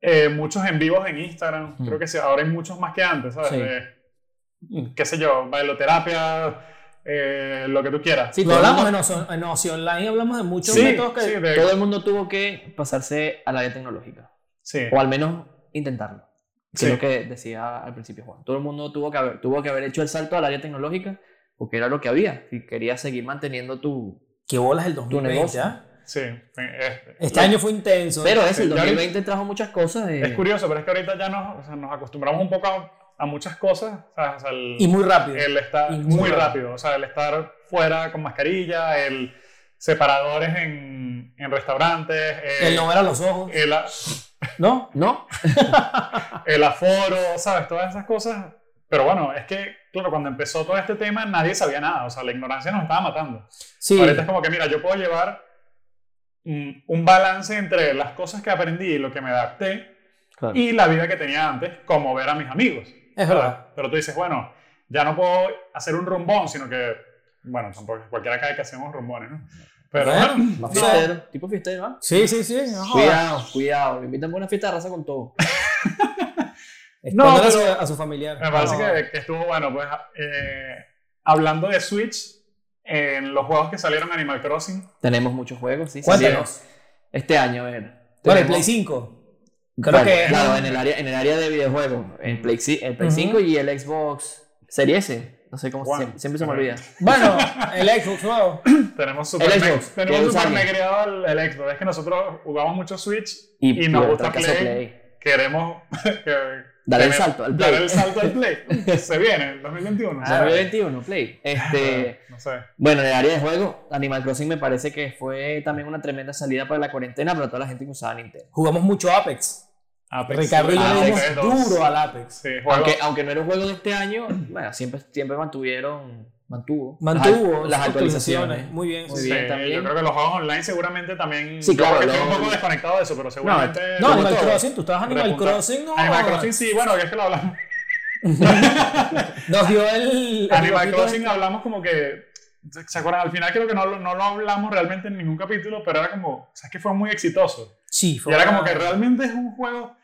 C: eh, muchos en vivos en Instagram,
A: Mm.
C: creo que sí, ahora hay muchos más que antes, ¿sabes?
A: Sí.
C: De, qué sé yo, bailoterapia, eh, lo que tú quieras.
A: Sí,
D: Lo
A: todo, el
D: hablamos
A: mundo-
D: en Ocio, en Ocio Online, hablamos de muchos
C: sí,
D: métodos que...
C: sí, de-
A: todo el mundo tuvo que pasarse a la área tecnológica.
C: sí.
A: O al menos intentarlo. Que
C: Sí.
A: es lo que decía al principio Juan. Todo el mundo tuvo que, haber, tuvo que haber hecho el salto al área tecnológica porque era lo que había. Si querías seguir manteniendo tu...
D: Qué bolas el
A: negocio.
D: 2020, ¿ah?
C: sí, eh, eh,
D: Este año fue intenso.
A: Pero es el
C: Ya ahorita-
A: 2020 trajo muchas cosas. de-
C: Es
D: Eh.
C: curioso, pero es que ahorita ya nos, o sea, nos acostumbramos un poco a, a muchas cosas. ¿sabes? O sea, el,
D: y muy rápido.
C: el estar
D: y
C: muy
D: muy
C: rápido.
D: rápido.
C: o sea, el estar fuera con mascarilla, el separadores en, en restaurantes,
D: El
C: el,
D: no ver a los ojos,
C: el a-
D: ¿no?
A: ¿No?
C: el aforo, ¿sabes? Todas esas cosas. Pero bueno, es que, claro, cuando empezó todo este tema nadie sabía nada, o sea, la ignorancia nos estaba matando.
D: Sí.
C: Ahorita es como que, mira, yo puedo llevar mm, un balance entre las cosas que aprendí y lo que me adapté,
A: Claro.
C: y la vida que tenía antes, como ver a mis amigos.
D: Es verdad.
C: Pero tú dices, bueno, ya no puedo hacer un rumbón, sino que, bueno, tampoco cualquiera cae que hacemos rumbones, ¿no? Pero
D: Bueno,
A: Más
D: o sea,
A: fiestero. Tipo fiestero, ¿ah?
D: Sí, sí, sí. no jodas.
A: Cuidado, cuidado. Me invitan por una fiesta de raza con todo.
D: Escóndelo
C: No,
D: a su-
C: pero-
D: a su familiar.
C: me parece
D: No.
C: que, que estuvo bueno, pues eh, hablando de Switch, en los juegos que salieron Animal Crossing,
A: Tenemos muchos juegos, sí. salieron.
D: Cuéntanos.
A: Este año, a ver.
D: Bueno, el
A: tenemos-
D: Play 5. Creo
A: Bueno,
D: que...
A: Claro, en el área, en el área de videojuegos. El Play, ci- el Play
D: Ujú.
A: 5 y el Xbox Series S. No sé cómo
C: Juan.
A: se- siempre se me olvida.
D: Bueno, el Xbox nuevo.
C: tenemos super,
A: El Xbox,
C: ne- tenemos
A: que
C: super
A: usan.
C: negreado el, el Xbox. Es que nosotros jugamos mucho Switch y,
A: Y,
C: nos
A: el
C: gusta
A: fracaso
C: Play.
A: Play.
C: Queremos que-
A: Dar el
C: queremos-
A: salto al
C: dar
A: Play.
C: el salto al Play. Se viene, el 2021.
A: O sea, 2021, Play. Este,
C: Ah, No sé.
A: bueno, en el área de juego, Animal Crossing me parece que fue también una tremenda salida para la cuarentena para toda la gente que usaba Nintendo.
D: Jugamos mucho Apex.
C: Apex.
D: Ricardo y yo le
A: Apex
D: dimos
C: dos.
D: duro al Apex.
C: Sí, juego-
A: Aunque, aunque no era un juego de este año, bueno, siempre, siempre mantuvieron, mantuvo, las al-
D: Mantuvo
A: las,
D: sus
A: actualizaciones.
D: Muy bien.
A: Muy
C: Sí,
A: bien también.
C: Yo creo que los juegos online seguramente también.
A: Sí,
C: yo
A: claro,
C: creo que estoy
A: lo-
C: un poco desconectado de eso, pero seguramente.
D: No,
A: Como
D: Animal
A: todo.
D: Crossing, tú estabas Animal
C: Repunta.
D: Crossing, no.
C: Animal Crossing sí, bueno, ya es que lo hablamos.
D: Nos dio el.
C: Animal
D: el-
C: Crossing hablamos como que. ¿se- ¿Se acuerdan? Al final creo que no, lo- no lo hablamos realmente en ningún capítulo, pero era como. O sea, es que fue muy exitoso.
D: Sí,
C: Y
D: fue
C: era
D: una-
C: como que realmente es un juego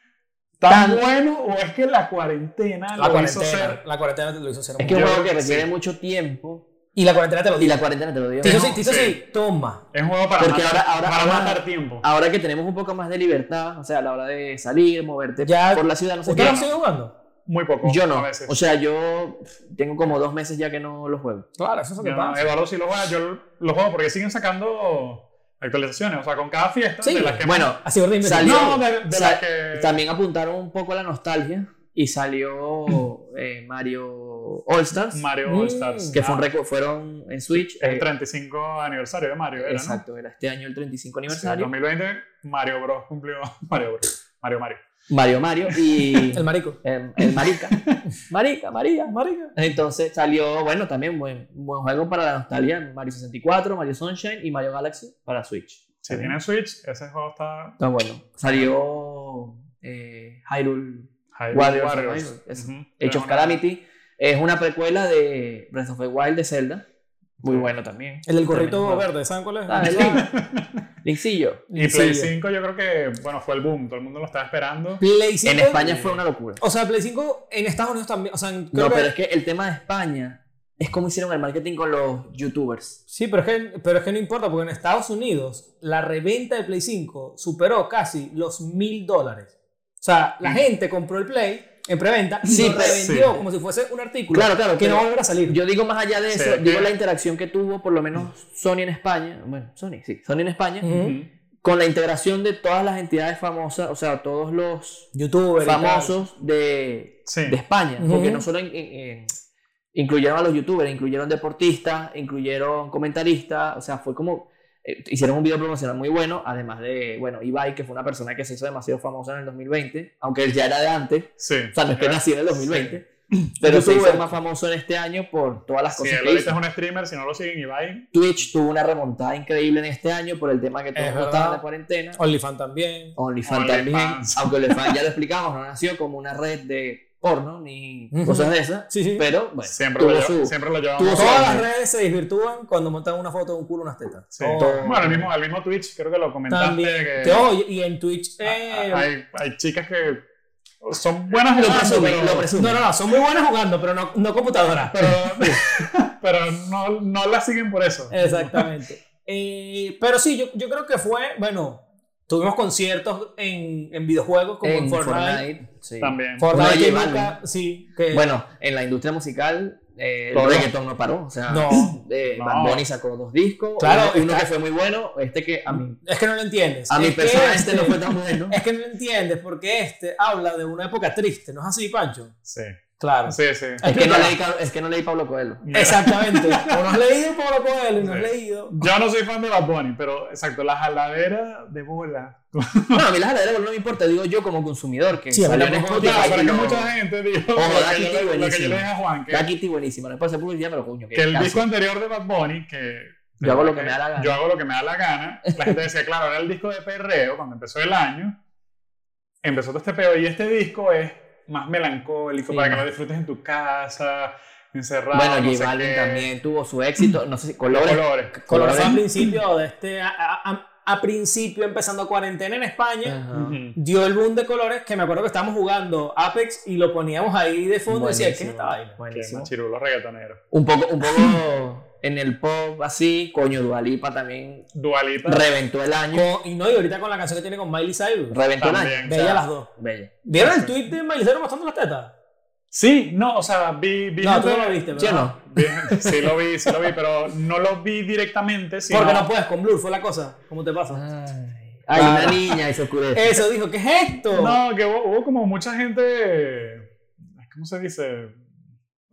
C: tan,
D: Tan-
C: bueno o es que la cuarentena
D: La
C: lo hizo
D: cuarentena,
C: ser.
D: la cuarentena te lo hizo ser
A: Es
D: muy
A: que un
C: Yo
A: juego
C: creo
A: que
C: que
A: requiere
C: sí.
A: mucho tiempo
D: Y la cuarentena te lo
A: y
D: dijo.
A: la cuarentena te lo digo.
D: Te hizo
C: No,
D: así, te hizo
C: sí.
D: así, toma.
C: Es un juego para,
A: Porque
C: matar,
A: ahora- ahora-
C: para
A: ahora-
C: matar tiempo.
A: Ahora que tenemos un poco más de libertad, o sea, a la hora de salir, moverte
D: Ya-
A: por la ciudad, no sé
D: ¿Usted
A: qué.
D: lo sigue jugando?
C: muy poco.
A: Yo
C: A
A: no.
C: veces.
A: O sea, yo tengo como dos meses ya que no lo juego.
D: Claro, eso es lo que
C: Yo no,
D: pasa.
C: Eduardo sí lo juega, yo lo juego porque siguen sacando actualizaciones. O sea, con cada fiesta
D: Sí,
C: de las que
A: Bueno,
D: Así orden
A: salió-
C: No, de, de
A: sa-
C: las que.
A: también apuntaron un poco la nostalgia y salió eh, Mario All Stars,
C: Mario
D: Mm,
C: All Stars.
A: que fue un récord- fueron en Switch.
C: Es el
A: eh,
C: 35 aniversario de Mario, era, ¿no?
A: exacto, era este año el 35
C: En
A: aniversario.
C: 2020, Mario Bros. cumplió. Mario Bros. Mario Mario.
A: Mario Mario y
D: El marico.
A: el, el Marica. Marica, María, Marica. Entonces salió, bueno, también buen, buen juego para la nostalgia, Mario 64, Mario Sunshine y Mario Galaxy para Switch.
C: Si tienen Switch, ese juego está.
A: Está bueno. Salió eh, Hyrule
C: Hyrule
A: Warriors, Survival, eso.
C: Ujú.
A: Age of
C: Una-
A: Calamity. Es una precuela de Breath of the Wild de Zelda. Muy bueno también.
D: El del gorrito
A: Tremendo.
D: verde, ¿saben cuál es?
A: Ah, ¿verdad? Lincillo.
C: Y Play
D: Sí.
C: 5 yo creo que, bueno, fue el boom, todo el mundo lo estaba esperando.
D: Play 5.
A: En España fue una locura.
D: O sea, Play 5 en Estados Unidos también. O sea, en- creo
A: No,
D: que-
A: pero es que el tema de España es como hicieron el marketing con los youtubers.
D: Sí, pero es, que, pero es que no importa, porque en Estados Unidos la reventa de Play 5 superó casi los mil dólares. O sea, la gente compró el Play en preventa y
A: Mm. Sí,
D: lo
A: pero-
D: revendió
C: sí.
D: como si fuese un artículo
A: Claro, claro,
D: que
A: pero-
D: no va a volver a salir.
A: Yo digo más allá de
C: Sí,
A: eso,
C: es
A: digo
C: que-
A: la interacción que tuvo por lo menos Sony en España, bueno, Sony, sí, Sony en España,
D: Ujú.
C: Ujú.
A: con la integración de todas las entidades famosas, o sea, todos los
D: Youtuber. y tal.
A: famosos de,
C: Sí.
A: de España,
D: Ujú.
A: porque no solo in- in- in- incluyeron a los youtubers, incluyeron deportistas, incluyeron comentaristas, o sea, fue como, eh, hicieron un video promocional muy bueno, además de, bueno, Ibai, que fue una persona que se hizo demasiado famosa en el 2020, aunque él ya era de antes,
C: Sí.
A: o sea, no es que
C: Era-
A: naciera en el 2020, pero se hizo más famoso en este año por todas las
C: Sí,
A: cosas
C: él
A: que
C: ahorita
A: hizo.
C: es un streamer, si no lo siguen, Ibai.
A: Twitch tuvo una remontada increíble en este año por el tema que todos
D: Es verdad.
A: estaban en la cuarentena.
D: OnlyFans también.
A: OnlyFans
C: OnlyFans.
A: también, aunque OnlyFans ya lo explicamos, no nació como una red de porno ni
D: Ujú.
A: cosas de esas,
D: Sí, sí.
A: pero bueno,
C: Siempre,
A: tuvo
C: lo,
A: su-
C: lleva- siempre lo llevamos.
A: tuvo su-
D: Todas las
A: sí.
D: redes se desvirtúan cuando montan una foto de un culo unas tetas.
C: Sí.
D: Todo.
A: todo.
C: Bueno, al mismo, al mismo Twitch, creo que lo comentaste.
D: También.
C: Que
D: Te- oh, y en Twitch.
C: a- a-
D: eh,
C: Ah, hay, hay chicas que son buenas
A: Lo
C: jugando,
A: presumen,
C: pero,
A: lo presumen.
D: No, no, no, son muy buenas jugando, pero no, no computadoras.
C: pero, pero no, no la siguen por eso.
D: Exactamente. Eh, pero sí, yo, yo creo que fue, bueno, tuvimos conciertos en, en videojuegos como en,
A: en
D: Fortnite.
A: sí.
C: También.
D: Fortnite
A: Oye,
D: que
A: vale.
D: nunca, sí, que-
A: Bueno, en la industria musical eh, el
C: Todo.
A: reggaetón no paró, o sea,
D: No.
A: eh,
C: No.
A: Bad Bunny sacó dos discos,
D: Claro,
A: uno, uno
D: está-
A: que fue muy bueno, este que a mí
D: es que no lo entiendes.
A: a mi
D: Es que
A: persona este no fue tan bueno.
D: Es que no lo entiendes porque este habla de una época triste, ¿no es así, Pancho?
C: Sí.
D: Claro.
C: Sí, sí.
A: Es que no leí, Ca- es que no leí Pablo Coelho.
D: Exactamente. O no has leído Pablo Coelho, y no has
C: Sí.
D: leído.
C: Yo no soy fan de Bad Bunny, pero exacto, la jaladera de bola.
A: No, a mí las jaladeras no me importa, digo yo como consumidor que
D: Sí, a mí
A: salió en
D: tampoco,
A: Spotify
C: Claro, pero
A: y
C: es que
A: no-
C: mucha gente dijo
A: Ojo,
C: lo,
A: Ducky
C: que
A: T
C: yo, le- lo que yo
A: buenísimo.
C: le dije a Juan, que,
A: Ducky T buenísimo, después de publicidad, pero coño, qué
C: que el
A: caso.
C: disco anterior de Bad Bunny, que...
A: Yo hago lo que me da la gana.
C: Yo hago lo que me da la gana. La gente decía, claro, era el disco de perreo, cuando empezó el año, empezó todo este peo, y este disco es más melancólico,
A: Sí,
C: para que
A: más.
C: lo disfrutes en tu casa, encerrado,
A: Bueno,
C: no
A: J
C: sé
A: Balvin
C: qué,
A: también tuvo su éxito, no sé si
C: de
A: colores.
C: colores.
D: Colores
A: Colores.
D: a principio de este, a, a- a principio empezando cuarentena en España.
A: Ajá.
C: Ujú.
D: dio el boom de colores que me acuerdo que estábamos jugando Apex y lo poníamos ahí de fondo y decía, ¿qué es esta vaina?
C: Qué
A: Buenísimo.
C: machirulo reggaetonero.
A: Un poco, un poco en el pop así, coño, Dualipa también
C: Dualita
A: reventó el año.
D: Con- y no, y ahorita con la canción que tiene con Miley Cyrus.
A: Reventó el año.
C: también. o
D: Bella
C: sea,
D: las dos.
A: Bella.
D: ¿Vieron el tweet de Miley Cyrus mostrando las tetas?
C: Sí, no, o sea, vi... vi
D: No, tú
C: gente-
D: no lo viste, ¿verdad?
A: ¿Sí o no?
C: Bien, Sí lo vi, sí lo vi, pero no lo vi directamente, sino...
D: Porque no puedes con Blur, fue la cosa. ¿Cómo te
A: Ah.
D: pasa?
A: Ay, Ay, una niña y se oscurece.
D: Eso dijo, ¿qué es esto?
C: No, que hubo, hubo como mucha gente, ¿cómo se dice?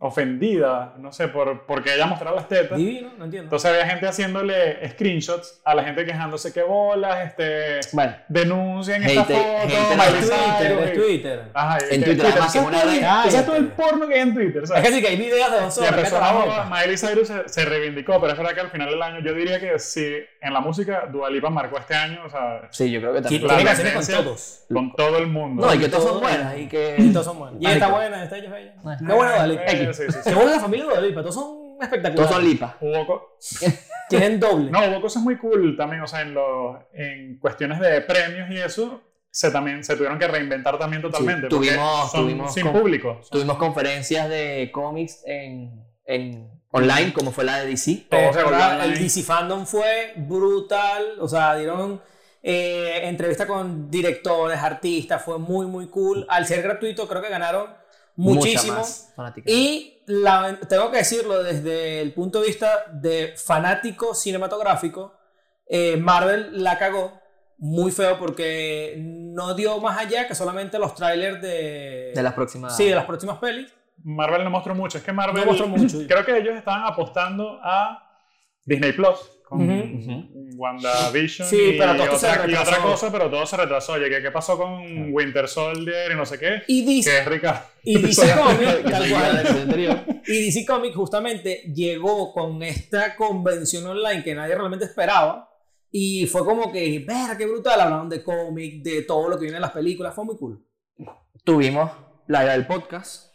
C: Ofendida, no sé, por, porque ella mostraba las tetas.
D: Divino, no entiendo.
A: Pues,
C: Entonces había gente haciéndole screenshots a la gente quejándose que bolas, este,
A: Bueno,
C: denuncian esta
A: Gente-
C: foto,
A: gente en
C: Miley
D: es Twitter,
A: eh,
C: Cyrus,
D: es
C: y-
D: Twitter.
C: Ajá, y
A: En
C: que-
A: Twitter, además,
C: tú
A: es una
C: sabes
A: red. Ah,
C: todo el- tú sabes
D: Cállate.
C: todo el porno que hay en Twitter,
D: Es
C: ¿sabes?
D: que sí que hay videos de dos
C: Y
D: horas.
C: empezó
D: cállate
C: la
D: la
C: boda,
D: boca.
C: Miley Cyrus se, se reivindicó, pero es verdad que al final del año, yo diría que si en la música Dualipa marcó este año, o sea,
A: sí, yo creo que también.
D: Tiene
C: la
D: canciones con
C: tendencia-
D: todos.
C: con todo el mundo.
A: No, y que todas son buenas y que.
D: Y todos son buenos. Y esta
A: Marico.
D: buena, esta ella es bella. Qué buena Dali.
C: Eh, sí, sí, sí.
D: Qué buena la familia de Dali, pero todos son espectaculares.
A: Todos son lipas.
C: Hubo co-
D: Tienen doble.
C: no, hubo cosas muy cool también, o sea, en, los, en cuestiones de premios y eso, se, también, se tuvieron que reinventar también totalmente. porque
A: tuvimos-
C: son
A: tuvimos
C: sin
A: con-
C: público.
A: Tuvimos conferencias de cómics en, en online, como fue la de DC.
C: Todo se
D: Eh,
C: volvió
D: ahora,
C: online.
D: el DC Fandom fue brutal, o sea, dieron eh, entrevista con directores, artistas, fue muy, muy cool. Al ser gratuito, creo que ganaron
A: Mucha
D: muchísimo.
A: más fanática.
D: Y la- tengo que decirlo desde el punto de vista de fanático cinematográfico, eh, Marvel la cagó muy feo porque no dio más allá que solamente los trailers de,
A: de las próximas.
D: sí, de las próximas pelis.
C: Marvel no mostró mucho. Es que Marvel.
D: No mostró mucho.
C: Creo que ellos estaban apostando a Disney Plus. Con
D: Ujú.
A: Ujú.
C: WandaVision.
D: Sí,
C: y,
D: pero todo se
C: otra, y
D: retrasó.
C: otra cosa, pero todo se retrasó. Oye, ¿qué, qué pasó con Winter Soldier y no sé qué?
D: Y
C: Que
D: DC,
C: es Ricardo.
D: y DC Comics,
A: Que
D: tal
A: soy yo
D: cual.
A: del episodio anterior.
D: Y DC Comics justamente llegó con esta convención online que nadie realmente esperaba. Y fue como que, verga, qué brutal. Hablaron de cómic, de todo lo que viene en las películas. Fue muy cool.
A: Tuvimos la era del podcast.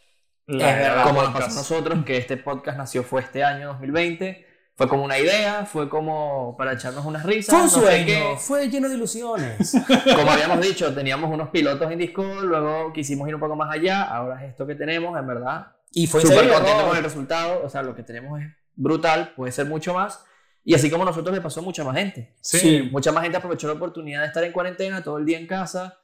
C: La
A: Es
C: era
A: verdad,
C: del
A: como nos
C: podcast.
A: pasó a nosotros, que este podcast nació fue este año 2020. Fue como una idea, fue como para echarnos unas risas.
D: Fue un
A: no sé
D: sueño,
A: qué.
D: fue lleno de ilusiones.
A: Como habíamos dicho, teníamos unos pilotos en Discord, luego quisimos ir un poco más allá. Ahora es esto que tenemos, en verdad.
D: Y fue en
A: Súper
D: serio,
A: contento
D: ¿no?
A: con el resultado. O sea, lo que tenemos es brutal, puede ser mucho más. Y así como nosotros, le pasó a mucha más gente.
C: Sí.
D: Sí.
A: Mucha más gente aprovechó la oportunidad de estar en cuarentena, todo el día en casa,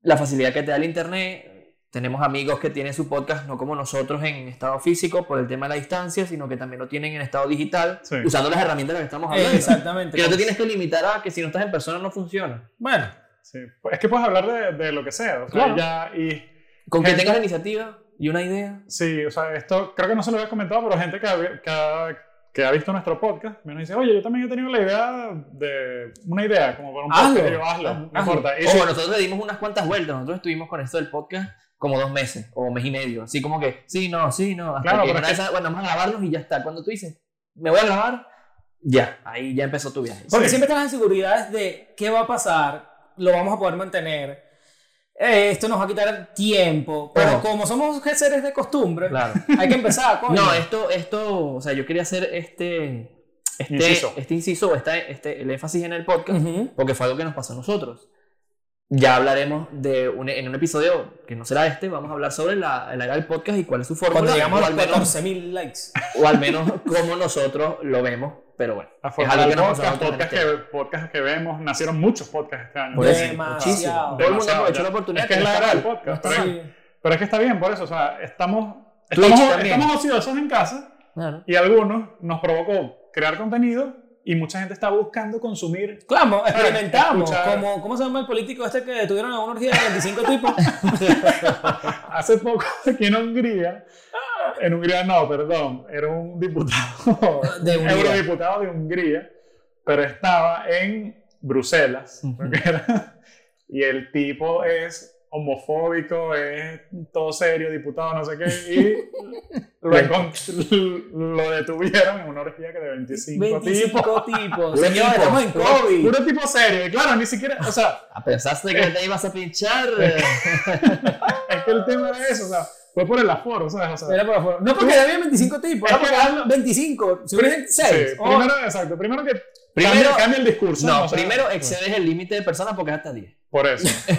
A: la facilidad que te da el internet. Tenemos amigos que tienen su podcast, no como nosotros en estado físico por el tema de la distancia, sino que también lo tienen en estado digital,
C: Sí.
A: usando las herramientas de las que estamos
D: Eh,
A: hablando.
D: Exactamente.
A: Que no te tienes que limitar a que si no estás en persona no funciona.
D: Bueno,
C: Sí. Es que puedes hablar de, de lo que sea. O sea
A: Claro.
C: ya, y
A: Con que
C: Gente-
A: tengas la iniciativa y una idea.
C: Sí, o sea, esto creo que no se lo había comentado, pero gente que ha, que ha- que ha visto nuestro podcast me nos dice, oye, yo también he tenido la idea de una idea, como para un
D: Hazlo,
C: podcast, y yo hazlo, no
A: Hazlo. Oh,
C: importa. Y
A: Ojo,
C: Ah, sí,
A: nosotros le dimos unas cuantas vueltas, nosotros estuvimos con esto del podcast como dos meses o mes y medio, así como que, sí, no, sí, no, hasta
C: Claro,
A: que
C: pero
A: una
C: es
A: de esas, bueno, vamos a grabarlos y ya está. Cuando tú dices, me voy a grabar, ya, ahí ya empezó tu viaje.
D: porque
C: Sí.
D: siempre están las inseguridades de qué va a pasar, lo vamos a poder mantener, eh, esto nos va a quitar tiempo. Pero
A: Ojo.
D: como somos seres de costumbre,
A: Claro.
D: hay que empezar, coño.
A: No, esto, esto, o sea, yo quería hacer este, este
C: Inciso.
A: este inciso, este, este, el énfasis en el podcast,
D: Ujú.
A: porque fue algo que nos pasó a nosotros. Ya hablaremos de un- en un episodio que no será este, vamos a hablar sobre la, la era del podcast y cuál es su fórmula.
D: Cuando llegamos
A: o
D: a
A: al
D: los
A: menos-
D: 14.000 likes.
A: o al menos como nosotros lo vemos, pero bueno,
C: a
A: es
C: formar
A: algo que nos pasó a nosotros en
C: podcast, podcast
A: este-
C: que, podcast que vemos, nacieron muchos podcasts este año.
A: Por eso,
D: Demasiado.
A: Todo el mundo
C: Demasiado,
A: aprovechó
C: ya.
A: la oportunidad
C: Es que es la
A: está
C: era
A: mal.
C: del podcast,
A: No está
C: pero,
A: mal.
C: pero es que está bien, por eso, o sea, estamos,
A: Twitch
C: estamos,
A: también.
C: estamos ociosos en casa
A: Claro.
C: y algunos nos provocó crear contenido y mucha gente está buscando consumir.
D: Claro, experimentamos.
C: escuchar.
D: Como, ¿Cómo se llama el político este que tuvieron a una orgía de 25 tipos?
C: Hace poco aquí en Hungría, en Hungría no, perdón, era un diputado,
D: De Hungría.
C: eurodiputado de Hungría, pero estaba en Bruselas,
A: Ujú.
C: creo que era, y el tipo es homofóbico, es todo serio, diputado, no sé qué, y lo, encont- lo detuvieron en una orgía que de 25,
D: 25
C: tipos.
D: tipos.
A: Señor,
D: Señores, estamos en
A: puro-
D: COVID.
C: Puro tipo serio, y claro, ni siquiera, o sea,
A: Ah, Pensaste que te ibas a pinchar.
C: es que el tema era eso, o sea, fue por el aforo, ¿sabes? O sea,
D: Era por favor. No porque había 25 tipos,
C: Es
D: era
C: que
D: porque había 25. Si hubiesen Oh,
C: Sí,
D: 6.
C: primero, exacto. Primero que
A: Oh. Primero-
C: cambia, cambia el discurso.
A: No,
C: O sea,
A: primero excedes el límite de personas porque es hasta 10.
C: Por eso.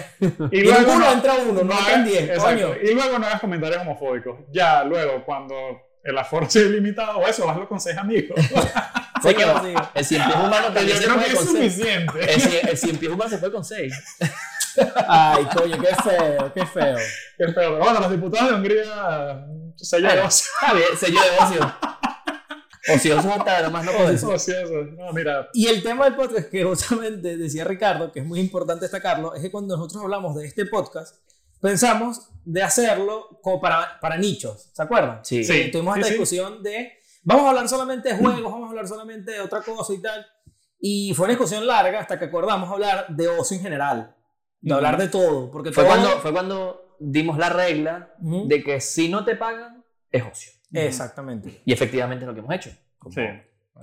D: y luego no entra uno, no entran
C: hagas-
D: 10.
C: exacto,
D: Coño.
C: Y luego no hagas comentarios homofóbicos. Ya, luego, cuando el aforo sea ilimitado, eso, hazlo con seis amigos.
A: Coño,
D: sí.
A: el cien pies humano
C: Yo
A: también se
C: creo que
A: fue
C: es
A: con 6.
C: suficiente.
A: El cien- el cien pies humano se fue con 6.
D: Ay, coño, qué feo, qué feo.
C: Qué feo, pero bueno, los diputados de Hungría se
A: Bueno,
C: llevan
A: está bien, se yo de ocio. Ocioso hasta además no puedes.
C: No, mira,
D: Y el tema del podcast que justamente decía Ricardo, que es muy importante destacarlo, es que cuando nosotros hablamos de este podcast, pensamos de hacerlo como para, para nichos, ¿se acuerdan?
A: Sí.
C: Sí.
D: Eh, tuvimos esta
C: sí.
D: discusión de, vamos a hablar solamente de juegos, vamos a hablar solamente de otra cosa y tal. Y fue una discusión larga hasta que acordamos hablar de ocio en general, de
C: Ujú.
D: hablar de todo, porque
A: Fue
D: todo-
A: cuando, fue cuando dimos la regla
D: Ujú.
A: de que si no te pagan, es ocio.
D: Exactamente.
A: Y efectivamente es lo que hemos hecho. Como-
C: sí.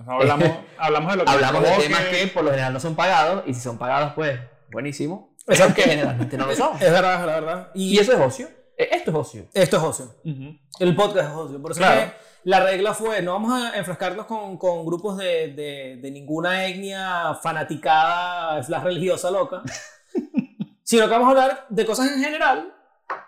C: Hablamos, hablamos de lo que
A: Hablamos de
C: provoque.
A: temas que por lo general no son pagados y si son pagados, pues buenísimo. Pero que generalmente no lo son.
D: Es verdad, es verdad, es verdad. Y,
A: Y eso es ocio. E- Esto es ocio.
D: esto es ocio.
C: Ujú.
D: El podcast es ocio. Por eso
C: Claro.
D: es que la regla fue, no vamos a enfrascarnos con, con grupos de, de- de ninguna etnia fanaticada, slash religiosa loca, sino que vamos a hablar de cosas en general.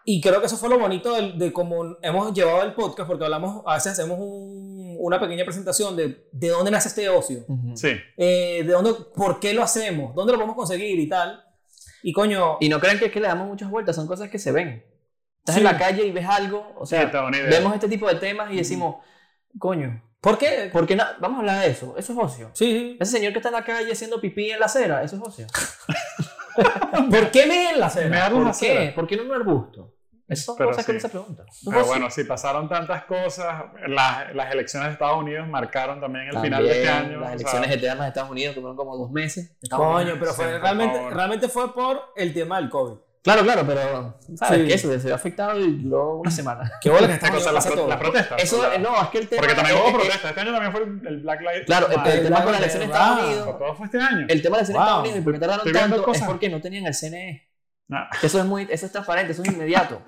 D: Y creo que eso fue lo bonito del- de, cómo hemos llevado el podcast, porque hablamos, a veces hacemos un- una pequeña presentación de, de dónde nace este ocio,
C: Sí.
D: eh, de dónde, por qué lo hacemos, dónde lo podemos conseguir y tal. Y coño,
A: Y no crean que es que le damos muchas vueltas, son cosas que se ven. Estás en la calle y ves algo, o sea,
C: está buena idea.
A: vemos este tipo de temas y decimos, coño,
D: ¿Por qué?
A: ¿por qué no? Vamos a hablar de eso, eso es ocio.
D: Sí,
A: Ese señor que está en la calle haciendo pipí en la acera, eso es ocio.
D: ¿Por qué me en la
C: Me
D: cena?
C: da una
A: ¿Por
C: cera.
A: qué? ¿Por qué no un arbusto? Esas son
C: Pero
A: cosas que
C: sí.
A: uno se pregunta. Eso es
C: Pero
A: ocio.
C: bueno, sí, pasaron tantas cosas. Las, las elecciones de Estados Unidos marcaron también el final de este
A: También
C: año.
A: Las
C: o sea,
A: elecciones eternas de Estados Unidos que fueron como dos meses. Estados
D: Coño,
A: Unidos.
D: pero
C: Sí,
D: fue,
C: por
D: realmente,
C: favor.
D: realmente fue por el tema del COVID.
A: Claro, claro, pero sabes
D: Sí.
A: que eso se ve afectado y duró una semana.
D: Qué bola que
C: esta
D: esta
C: cosa,
D: cosa
C: las,
D: pasa
C: pro-
D: todo.
C: las protestas. o
A: Eso,
C: sea,
A: no, es que el tema.
C: porque también
A: es-
C: hubo
A: es-
C: protestas. Este año también fue el el Black Lives
A: Claro, el,
C: Matter.
A: el tema con la
D: Black
A: elección de
D: Lives
A: Estados
D: Matter.
A: Unidos.
C: Todo fue este año.
A: El tema de la elección de Estados
D: Wow.
A: Unidos y por qué tardaron
C: Estoy viendo
A: tanto es
C: cosas.
A: porque no tenían el CNE.
C: Nah.
A: Que Eso es muy, eso es transparente, eso es inmediato.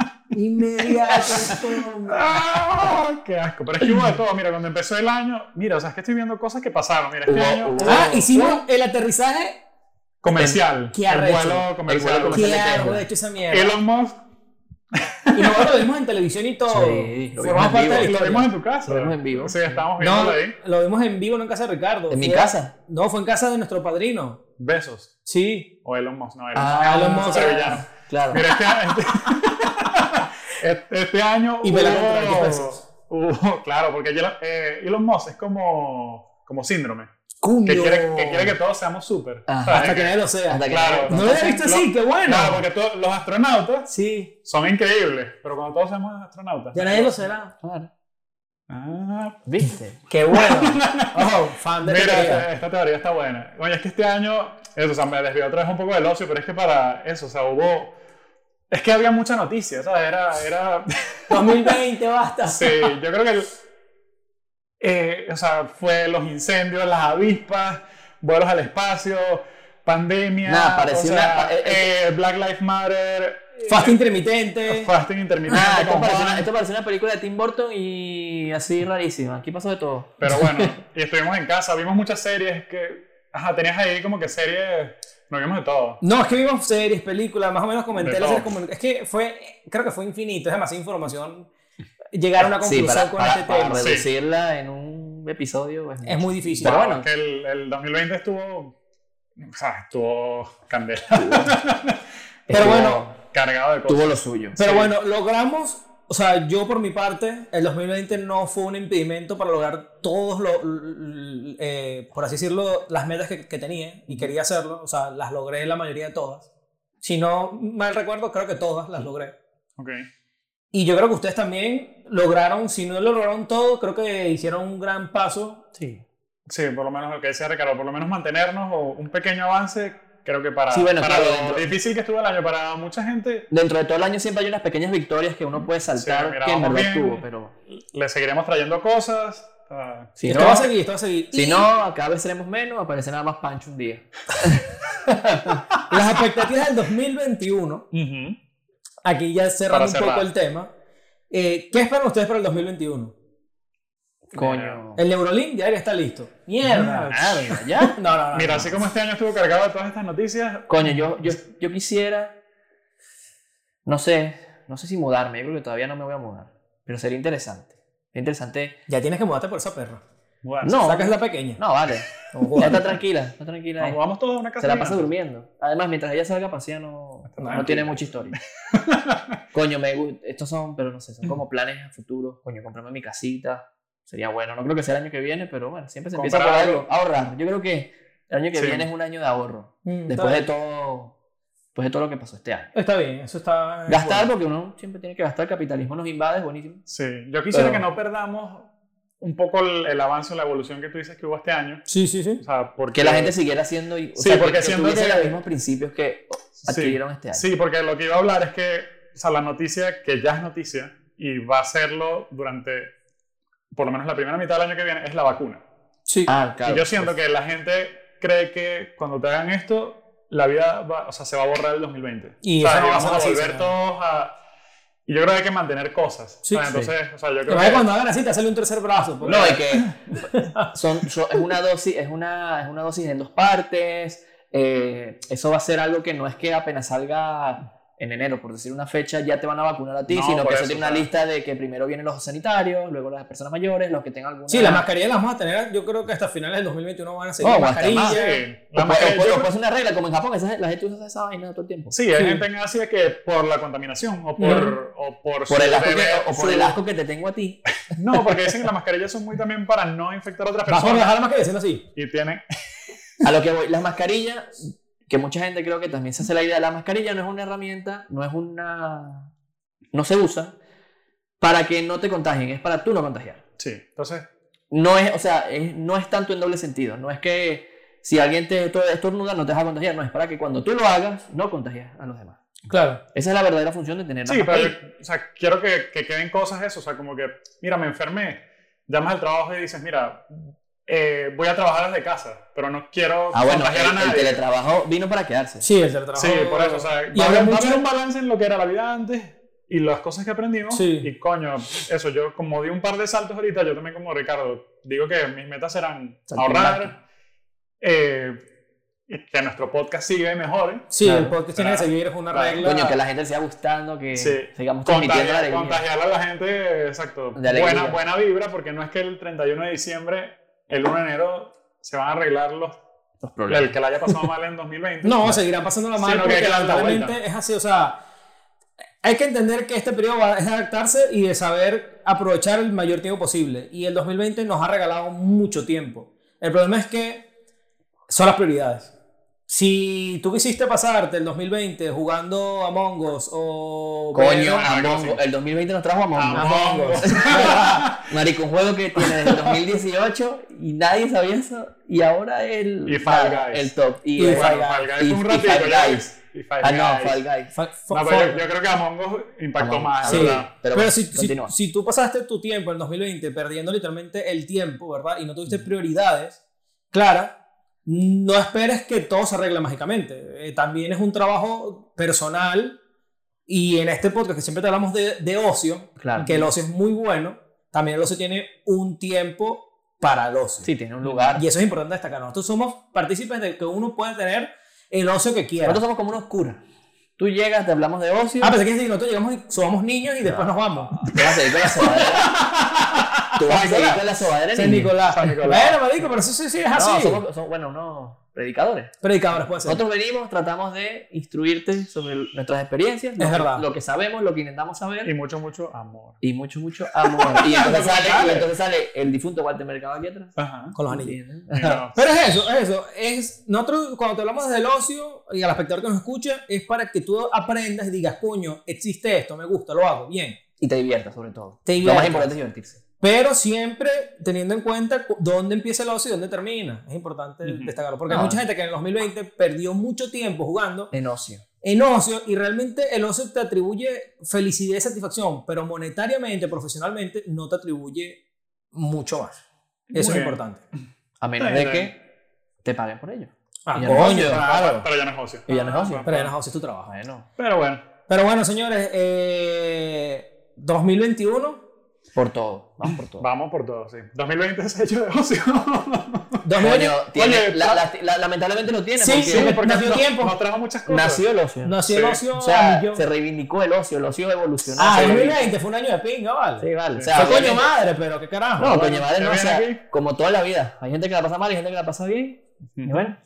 C: ¡Ah! ¡Qué asco! Pero es que hubo de todo. Mira, cuando empezó el año, mira, o sea, es que estoy viendo cosas que pasaron. Mira, este
A: Hubo-
C: año,
A: hubo-
D: Ah, hicimos el aterrizaje.
C: comercial.
D: Qué
C: el
D: arrecho.
C: vuelo comercial.
A: El vuelo
D: Qué
A: comercial.
D: arrecho hecho esa mierda.
C: Elon Musk,
D: Y nosotros lo vimos en televisión y todo.
A: Sí, lo
D: Formamos
A: vimos en vivo.
D: parte de la
C: lo
D: historia.
C: vimos en tu casa.
A: Lo vimos en vivo.
C: Sí, estábamos
D: No,
C: viéndolo ahí.
D: lo vimos en vivo, no en casa de Ricardo.
A: En mi
D: Fue-
A: casa.
D: No, fue en casa de nuestro padrino.
C: Besos.
D: Sí.
C: O Elon Musk, no, Elon
A: Ah,
D: Elon
C: Musk
D: Musk.
C: es sevillano.
A: Claro.
C: Mira, este, este- este año.
D: Y me la
C: hubo-
D: compraron, ¿qué pesos?
C: hubo- claro, porque Elon, eh, Elon Musk es como, como síndrome. Que
D: Cumbio.
C: quiere, que quiere que todos seamos súper.
A: Ajá.
C: ¿Sabes?
D: Hasta que nadie lo sea.
A: Hasta que-
C: Claro.
D: No lo había visto así, qué bueno.
C: Claro, porque todos- los astronautas
D: Sí,
C: son increíbles, pero cuando todos seamos astronautas.
D: ya nadie lo será.
A: Claro.
C: Ah,
A: ¿Viste?
D: Qué bueno. Ojo, fan de
C: Mira,
D: Ricardo.
C: esta, esta teoría está buena. Oye, es que este año, eso, o sea, me desvió otra vez un poco del ocio, pero es que para eso, o sea, hubo. Es que había mucha noticia, ¿sabes? Era. era
D: 2020, basta.
C: Sí, yo creo que. el- eh, o sea, fue los incendios, las avispas, vuelos al espacio, pandemia.
A: Nah, pareció
C: o sea,
A: una- pa- eh,
C: eh, Black Lives Matter,
D: Fast intermitente.
C: fasting intermitente.
A: Ah, esto
C: con
A: parece,
C: Juan.
A: una, esto parece una película de Tim Burton y así rarísima. Aquí pasó de todo.
C: Pero bueno, y estuvimos en casa, vimos muchas series que. Ajá, tenías ahí como que series. Nos vimos de todo.
D: No, es que vimos series, películas, más o menos comenté
C: De
D: las
C: todo.
D: series, como- Es que fue, creo que fue infinito, es demasiada información. Llegar a una conclusión con este tema.
C: Sí.
A: reducirla en un episodio pues, es,
D: Es muy difícil.
A: Pero
C: Wow,
A: bueno.
C: es que el, el 2020 estuvo. O sea, estuvo candela.
D: Pero
A: estuvo-
D: bueno,
C: Cargado de cosas.
A: tuvo lo suyo.
D: pero
C: sí.
D: bueno, logramos. O sea, yo por mi parte, el 2020 no fue un impedimento para lograr todos los, l- l- eh, por así decirlo, las metas que, que tenía y quería hacerlo. O sea, las logré la mayoría de todas. Si no mal recuerdo, creo que todas las logré.
C: Ok.
D: Y yo creo que ustedes también lograron, si no lograron todo, creo que hicieron un gran paso.
A: sí.
C: Sí, por lo menos lo que decía Ricardo, por lo menos mantenernos o un pequeño avance, creo que para,
A: Sí, bueno,
C: para
A: claro,
C: lo
A: dentro-
C: difícil que estuvo el año para mucha gente,
A: Dentro de todo el año siempre hay unas pequeñas victorias que uno puede saltar
C: mira,
A: que en
C: vamos
A: verdad
C: bien.
A: tuvo, pero
C: le seguiremos trayendo cosas. ah,
A: si
D: esto
A: no,
D: va a seguir, esto va a seguir.
A: si
D: Y
A: no, cada vez seremos menos, aparece nada más Pancho un día.
D: Las expectativas del 2021, aquí ya cerrando
C: Para
D: un
C: cerrar.
D: poco el tema. eh, ¿Qué esperan ustedes para el 2021?
A: Coño.
D: El Neurolink ya está listo. Mierda.
A: Mierda, ya.
D: No, no, no.
C: Ah, Mira,
D: no.
C: así como este año estuvo cargado de todas estas noticias,
A: Coño, yo, yo, yo quisiera. No sé, no sé si mudarme. Yo creo que todavía no me voy a mudar. Pero sería interesante. Sería interesante.
D: Ya tienes que mudarte por esa perra.
C: bueno,
A: No,
D: Sacas la pequeña.
A: no, vale.
D: Como
A: Ya
D: jugador.
A: está tranquila, está tranquila.
C: nos
A: ahí.
C: jugamos todos a una casa.
A: Se la pasa
C: gigante.
A: durmiendo. Además, mientras ella salga a pasear, no,
C: mal.
A: no tiene mucha historia. Coño, me gusta. Estos son, pero no sé, son como planes a futuro. Coño, comprarme mi casita. Sería bueno. No creo que sea el año que viene, pero bueno, siempre se empieza por
C: Comprar
A: algo. Ahorrar. Yo creo que el año que
C: Sí.
A: viene es un año de ahorro.
D: Mm,
A: Después de
D: está,
A: todo, después de todo lo que pasó este año.
D: está bien, eso está.
A: Gastar, porque uno siempre tiene que gastar. El capitalismo nos invade, es buenísimo.
C: Sí, yo quisiera
A: Pero-
C: que no perdamos un poco el, el avance o la evolución que tú dices que hubo este año.
D: Sí, sí, sí.
C: O sea, porque
A: Que la gente siguiera haciendo. y- O
C: Sí,
A: sea, que-
C: porque
A: que,
C: siento
A: tuviese
C: que-
A: los mismos principios que adquirieron este año.
C: Sí, porque lo que iba a hablar es que, o sea, la noticia que ya es noticia y va a serlo durante por lo menos la primera mitad del año que viene es la vacuna.
D: Sí.
A: Ah, claro.
C: y yo siento que la gente cree que cuando te hagan esto, la vida va, o sea, se va a borrar el 2020.
D: Y
C: o sea,
D: eso no va a
C: vamos
D: ser
C: a
D: así,
C: volver
D: señor.
C: todos a. Y yo creo que hay que mantener cosas.
D: Sí,
C: O sea,
D: sí.
C: entonces, o sea, yo creo
D: Además,
C: que.
D: cuando hagan así, te sale un tercer brazo. porque-
A: No, y que son, son- es una dosis, es una, es una dosis en dos partes. eh, eso va a ser algo que no es que apenas salga en enero, por decir una fecha, ya te van a vacunar a ti,
C: No,
A: sino
C: por
A: que eso
C: eso,
A: tiene una
C: claro.
A: lista de que primero vienen los sanitarios, luego las personas mayores, los que tengan alguna...
D: Sí, las mascarillas las vamos a tener, yo creo que hasta finales del 2021 van a seguir
A: Oh, hasta
D: mascarillas.
A: más,
C: Sí,
A: O
C: la
A: pu- o
C: mascarilla-
A: pu-
C: yo
A: o
C: creo-
A: puede ser una regla, como en Japón, esa- la gente usa esa vaina todo el tiempo.
C: Sí, hay
D: Sí.
C: gente en Asia que por la contaminación o por, o por,
A: Por
C: su
A: el asco que,
C: deber,
A: o por
C: su-
A: el asco que te tengo a ti.
C: No, porque dicen que las mascarillas son muy también para no infectar a otras
D: Vamos a
C: personas.
D: dejar la mascarilla diciendo así.
C: Y tienen.
A: A lo que voy, las mascarillas, que mucha gente creo que también se hace la idea, la mascarilla no es una herramienta, no es una... no se usa para que no te contagien, es para tú no contagiar.
C: Sí, entonces.
A: No es, o sea, es- no es tanto en doble sentido, no es que si alguien te to- estornuda no te vas a contagiar, no, es para que cuando tú lo hagas, no contagies a los demás.
B: Claro.
A: Esa es la verdadera función de tener la
C: Sí, pero
A: mascarilla.
C: o sea, quiero que, que queden cosas eso. O sea, como que, mira, me enfermé. Llamas al trabajo y dices, mira, eh, voy a trabajar desde casa, pero no quiero
A: Ah, bueno,
C: contagiar a
A: el, el
C: nadie.
A: teletrabajo vino para quedarse.
D: Sí, el teletrabajo.
C: Sí, por eso. O sea,
D: Y
C: va a
D: habla
C: haber- va a
D: mucho-
C: haber un balance en lo que era la vida antes y las cosas que aprendimos.
D: Sí.
C: Y coño, eso, yo como di un par de saltos ahorita, yo también como Ricardo, digo que mis metas serán
A: Saltimbanqui.
C: ahorrar, eh, y que nuestro podcast siga y mejore.
D: Sí,
A: Claro.
D: el podcast tiene que
C: Claro.
D: seguir, es una
C: Claro.
D: regla.
A: Coño, que a la gente le siga gustando, que
C: Sí.
A: sigamos transmitiendo la
C: Contagiar,
A: alegría.
C: contagiar a la gente, exacto.
A: De alegría.
C: Buena, buena vibra, porque no es que el 31 de diciembre, el 1 de enero, se van a arreglar los,
A: Los problemas.
C: el que la haya pasado mal en 2020.
D: No, seguirá pasando la
C: Sí,
D: mano
C: no,
D: porque
C: que hay que dar la
D: lamentablemente
C: vuelta.
D: es así, o sea, hay que entender que este periodo va a adaptarse y de saber aprovechar el mayor tiempo posible. Y el 2020 nos ha regalado mucho tiempo. El problema es que son las prioridades. Si tú quisiste pasarte el 2020 jugando Among Us o...
A: Coño,
C: Ah,
A: Among
C: sí.
A: Us. El 2020 nos trajo a Among Us.
C: Among Us.
A: Marico, un juego que tiene desde el 2018 y nadie sabía eso. Y ahora el,
C: Y Fall
A: nada,
C: Guys.
A: el top. Y,
D: Y
A: el-
C: Bueno, Fall Guys fue
A: y-
C: un
A: y
C: ratito,
A: Fall
C: ya.
A: Guys.
C: Y Fall
A: Ah, no,
C: Guys.
A: Fall Guys.
D: Fa- fa- fa-
C: No, pero yo, yo creo que Among Us impactó
A: Among
C: más,
A: Us.
D: Sí,
C: ¿verdad?
A: pero
D: pero,
A: bueno,
D: si, si-
A: continúa.
D: si tú pasaste tu tiempo en 2020 perdiendo literalmente el tiempo, ¿verdad? Y no tuviste prioridades claras, no esperes que todo se arregle mágicamente. Eh, también es un trabajo personal y en este podcast que siempre te hablamos de, de ocio,
A: Claro.
D: que el ocio es muy bueno, también el ocio tiene un tiempo para el ocio.
A: Sí, tiene un lugar.
D: Y eso es importante destacar. Nosotros somos partícipes de que uno puede tener el ocio que quiera.
A: Nosotros somos como unos curas. Tú llegas, te hablamos de ocio.
D: Ah, pensé que sí, nosotros llegamos y somos niños y después nos vamos.
A: Tú vas a seguir con la sobadera. Tú vas a seguir con la sobadera.
D: San
A: niño.
D: Nicolás.
C: San Nicolás.
D: Bueno, marico, pero eso sí, sí es
A: No,
D: así.
A: somos, son- bueno, no, predicadores.
D: Predicadores, puede ser.
A: Nosotros venimos, tratamos de instruirte sobre nuestras experiencias, lo,
D: Es
A: que-
D: verdad.
A: lo que sabemos, lo que intentamos saber.
C: Y mucho, mucho amor.
A: y mucho, mucho amor. Y entonces, sale, y entonces sale el difunto Walter Mercado aquí atrás. ¿eh?
C: Ajá.
D: Con los anillos.
C: Y no,
D: Pero es eso, es eso. Es, nosotros, cuando te hablamos del ocio y al espectador que nos escucha, es para que tú aprendas y digas, coño, existe esto, me gusta, lo hago, bien.
A: Y te diviertas, sobre todo.
D: Te
A: Lo más
D: diviertas.
A: importante es divertirse.
D: Pero siempre teniendo en cuenta cu- dónde empieza el ocio y dónde termina. Es importante
C: Ujú.
D: destacarlo. Porque
A: Ah.
D: hay mucha gente que en el 2020 perdió mucho tiempo jugando
A: En ocio.
D: en ocio y realmente el ocio te atribuye felicidad y satisfacción, pero monetariamente, profesionalmente, no te atribuye mucho más. Eso
C: Muy
D: es
C: bien.
D: importante.
A: A menos
C: Está
A: de
C: bien, está
A: que te paguen por ello.
D: Ah,
A: Y el
D: coño,
A: ocio,
D: claro.
C: Pero ya no es ocio.
A: Y ya no es ocio.
D: Pero ya no, si es tu trabajo.
A: Bueno,
C: Pero bueno,
D: Pero bueno, señores, eh, 2021.
A: por todo. Vamos por todo.
C: vamos por todo, sí. 2020 es hecho de ocio.
D: 2020,
A: Coño, tiene-
C: oye,
A: la- la- la- lamentablemente lo tiene.
D: Sí,
A: porque
D: sí,
C: porque
D: Nació
C: nos,
D: tiempo.
C: nos trajo muchas cosas.
A: Nació el ocio.
D: nació el
C: Sí.
D: ocio
A: o sea,
D: al millón.
A: se reivindicó el ocio. El ocio evolucionó.
D: Ah,
A: se
D: 2020 fue un año de pinga, vale.
A: Sí, vale. O
C: Sí.
A: sea,
D: Fue coño
A: obviamente-
D: madre, pero qué carajo.
A: No,
C: Bueno,
A: coño madre,
C: ¿te
A: no. O
C: ven
A: sea,
C: aquí?
A: como toda la vida. Hay gente que la pasa mal, hay gente que la pasa bien. Y bueno,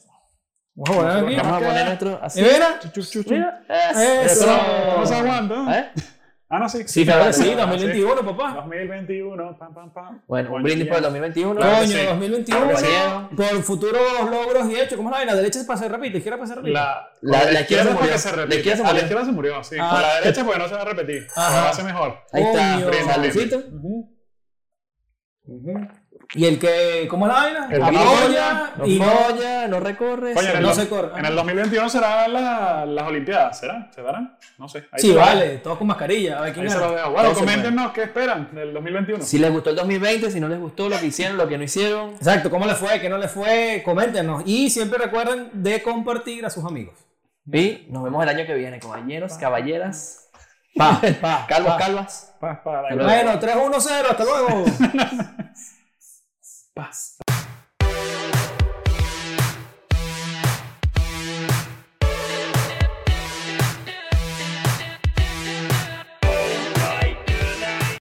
D: Vamos a poner aquí.
A: vamos a
C: acá.
A: poner nuestro. Así.
D: ¿Y mira?
C: Chu, chu, chu, chu.
A: Mira, eso.
D: Eh, Eso.
C: No se aguanta.
A: ¿Eh?
C: Ah, no, sí.
A: Sí,
C: claro,
A: claro,
D: Sí,
C: claro,
D: 2021, papá.
C: 2021, pam, pam, pam.
A: Bueno, un
C: Coño,
A: brindis
C: ya.
A: por el 2021.
C: Claro que
D: Coño,
C: sí.
D: 2021.
A: Claro que sí.
D: Por futuros logros y hechos. ¿Cómo es la vaina? Derecha es para hacer repite, izquierda para hacer repite.
C: La,
A: La-
C: con
A: la izquierda se
C: es porque
A: murió.
C: se
A: La
C: repite.
A: izquierda se
C: Ah,
A: murió.
C: la izquierda se murió, sí.
D: Ah.
C: Con la derecha, porque no se va a repetir. porque
D: Ajá.
C: Va a ser mejor.
A: Ahí está.
D: Coño.
A: Saludcito.
D: Y el que, ¿cómo es la vaina?
C: El que
D: Apoya
A: No
D: y no,
A: folla, no recorres.
C: Coño, en el,
D: no
C: dos-
D: se corre.
C: en el 2021 serán la- las Olimpiadas, ¿será? ¿Se darán? No sé. Ahí
D: Sí,
C: se lo-
D: vale, todos con mascarilla. A ver quién
C: Ahí se lo
D: gana.
C: dejo. Bueno,
A: Todo se puede.
C: coméntenos qué esperan del 2021.
A: Si les gustó el 2020, si no les gustó lo que hicieron, lo que no hicieron.
D: Exacto, ¿cómo le fue? ¿Qué no le fue? Coméntenos. Y siempre recuerden de compartir a sus amigos.
A: Y nos vemos el año que viene, caballeros, caballeras,
D: Pa, pa,
A: calvos,
D: pa.
A: calvas.
C: Pa- para-
A: Hasta luego.
D: Bueno, 3-1-0, hasta luego.
A: Paz.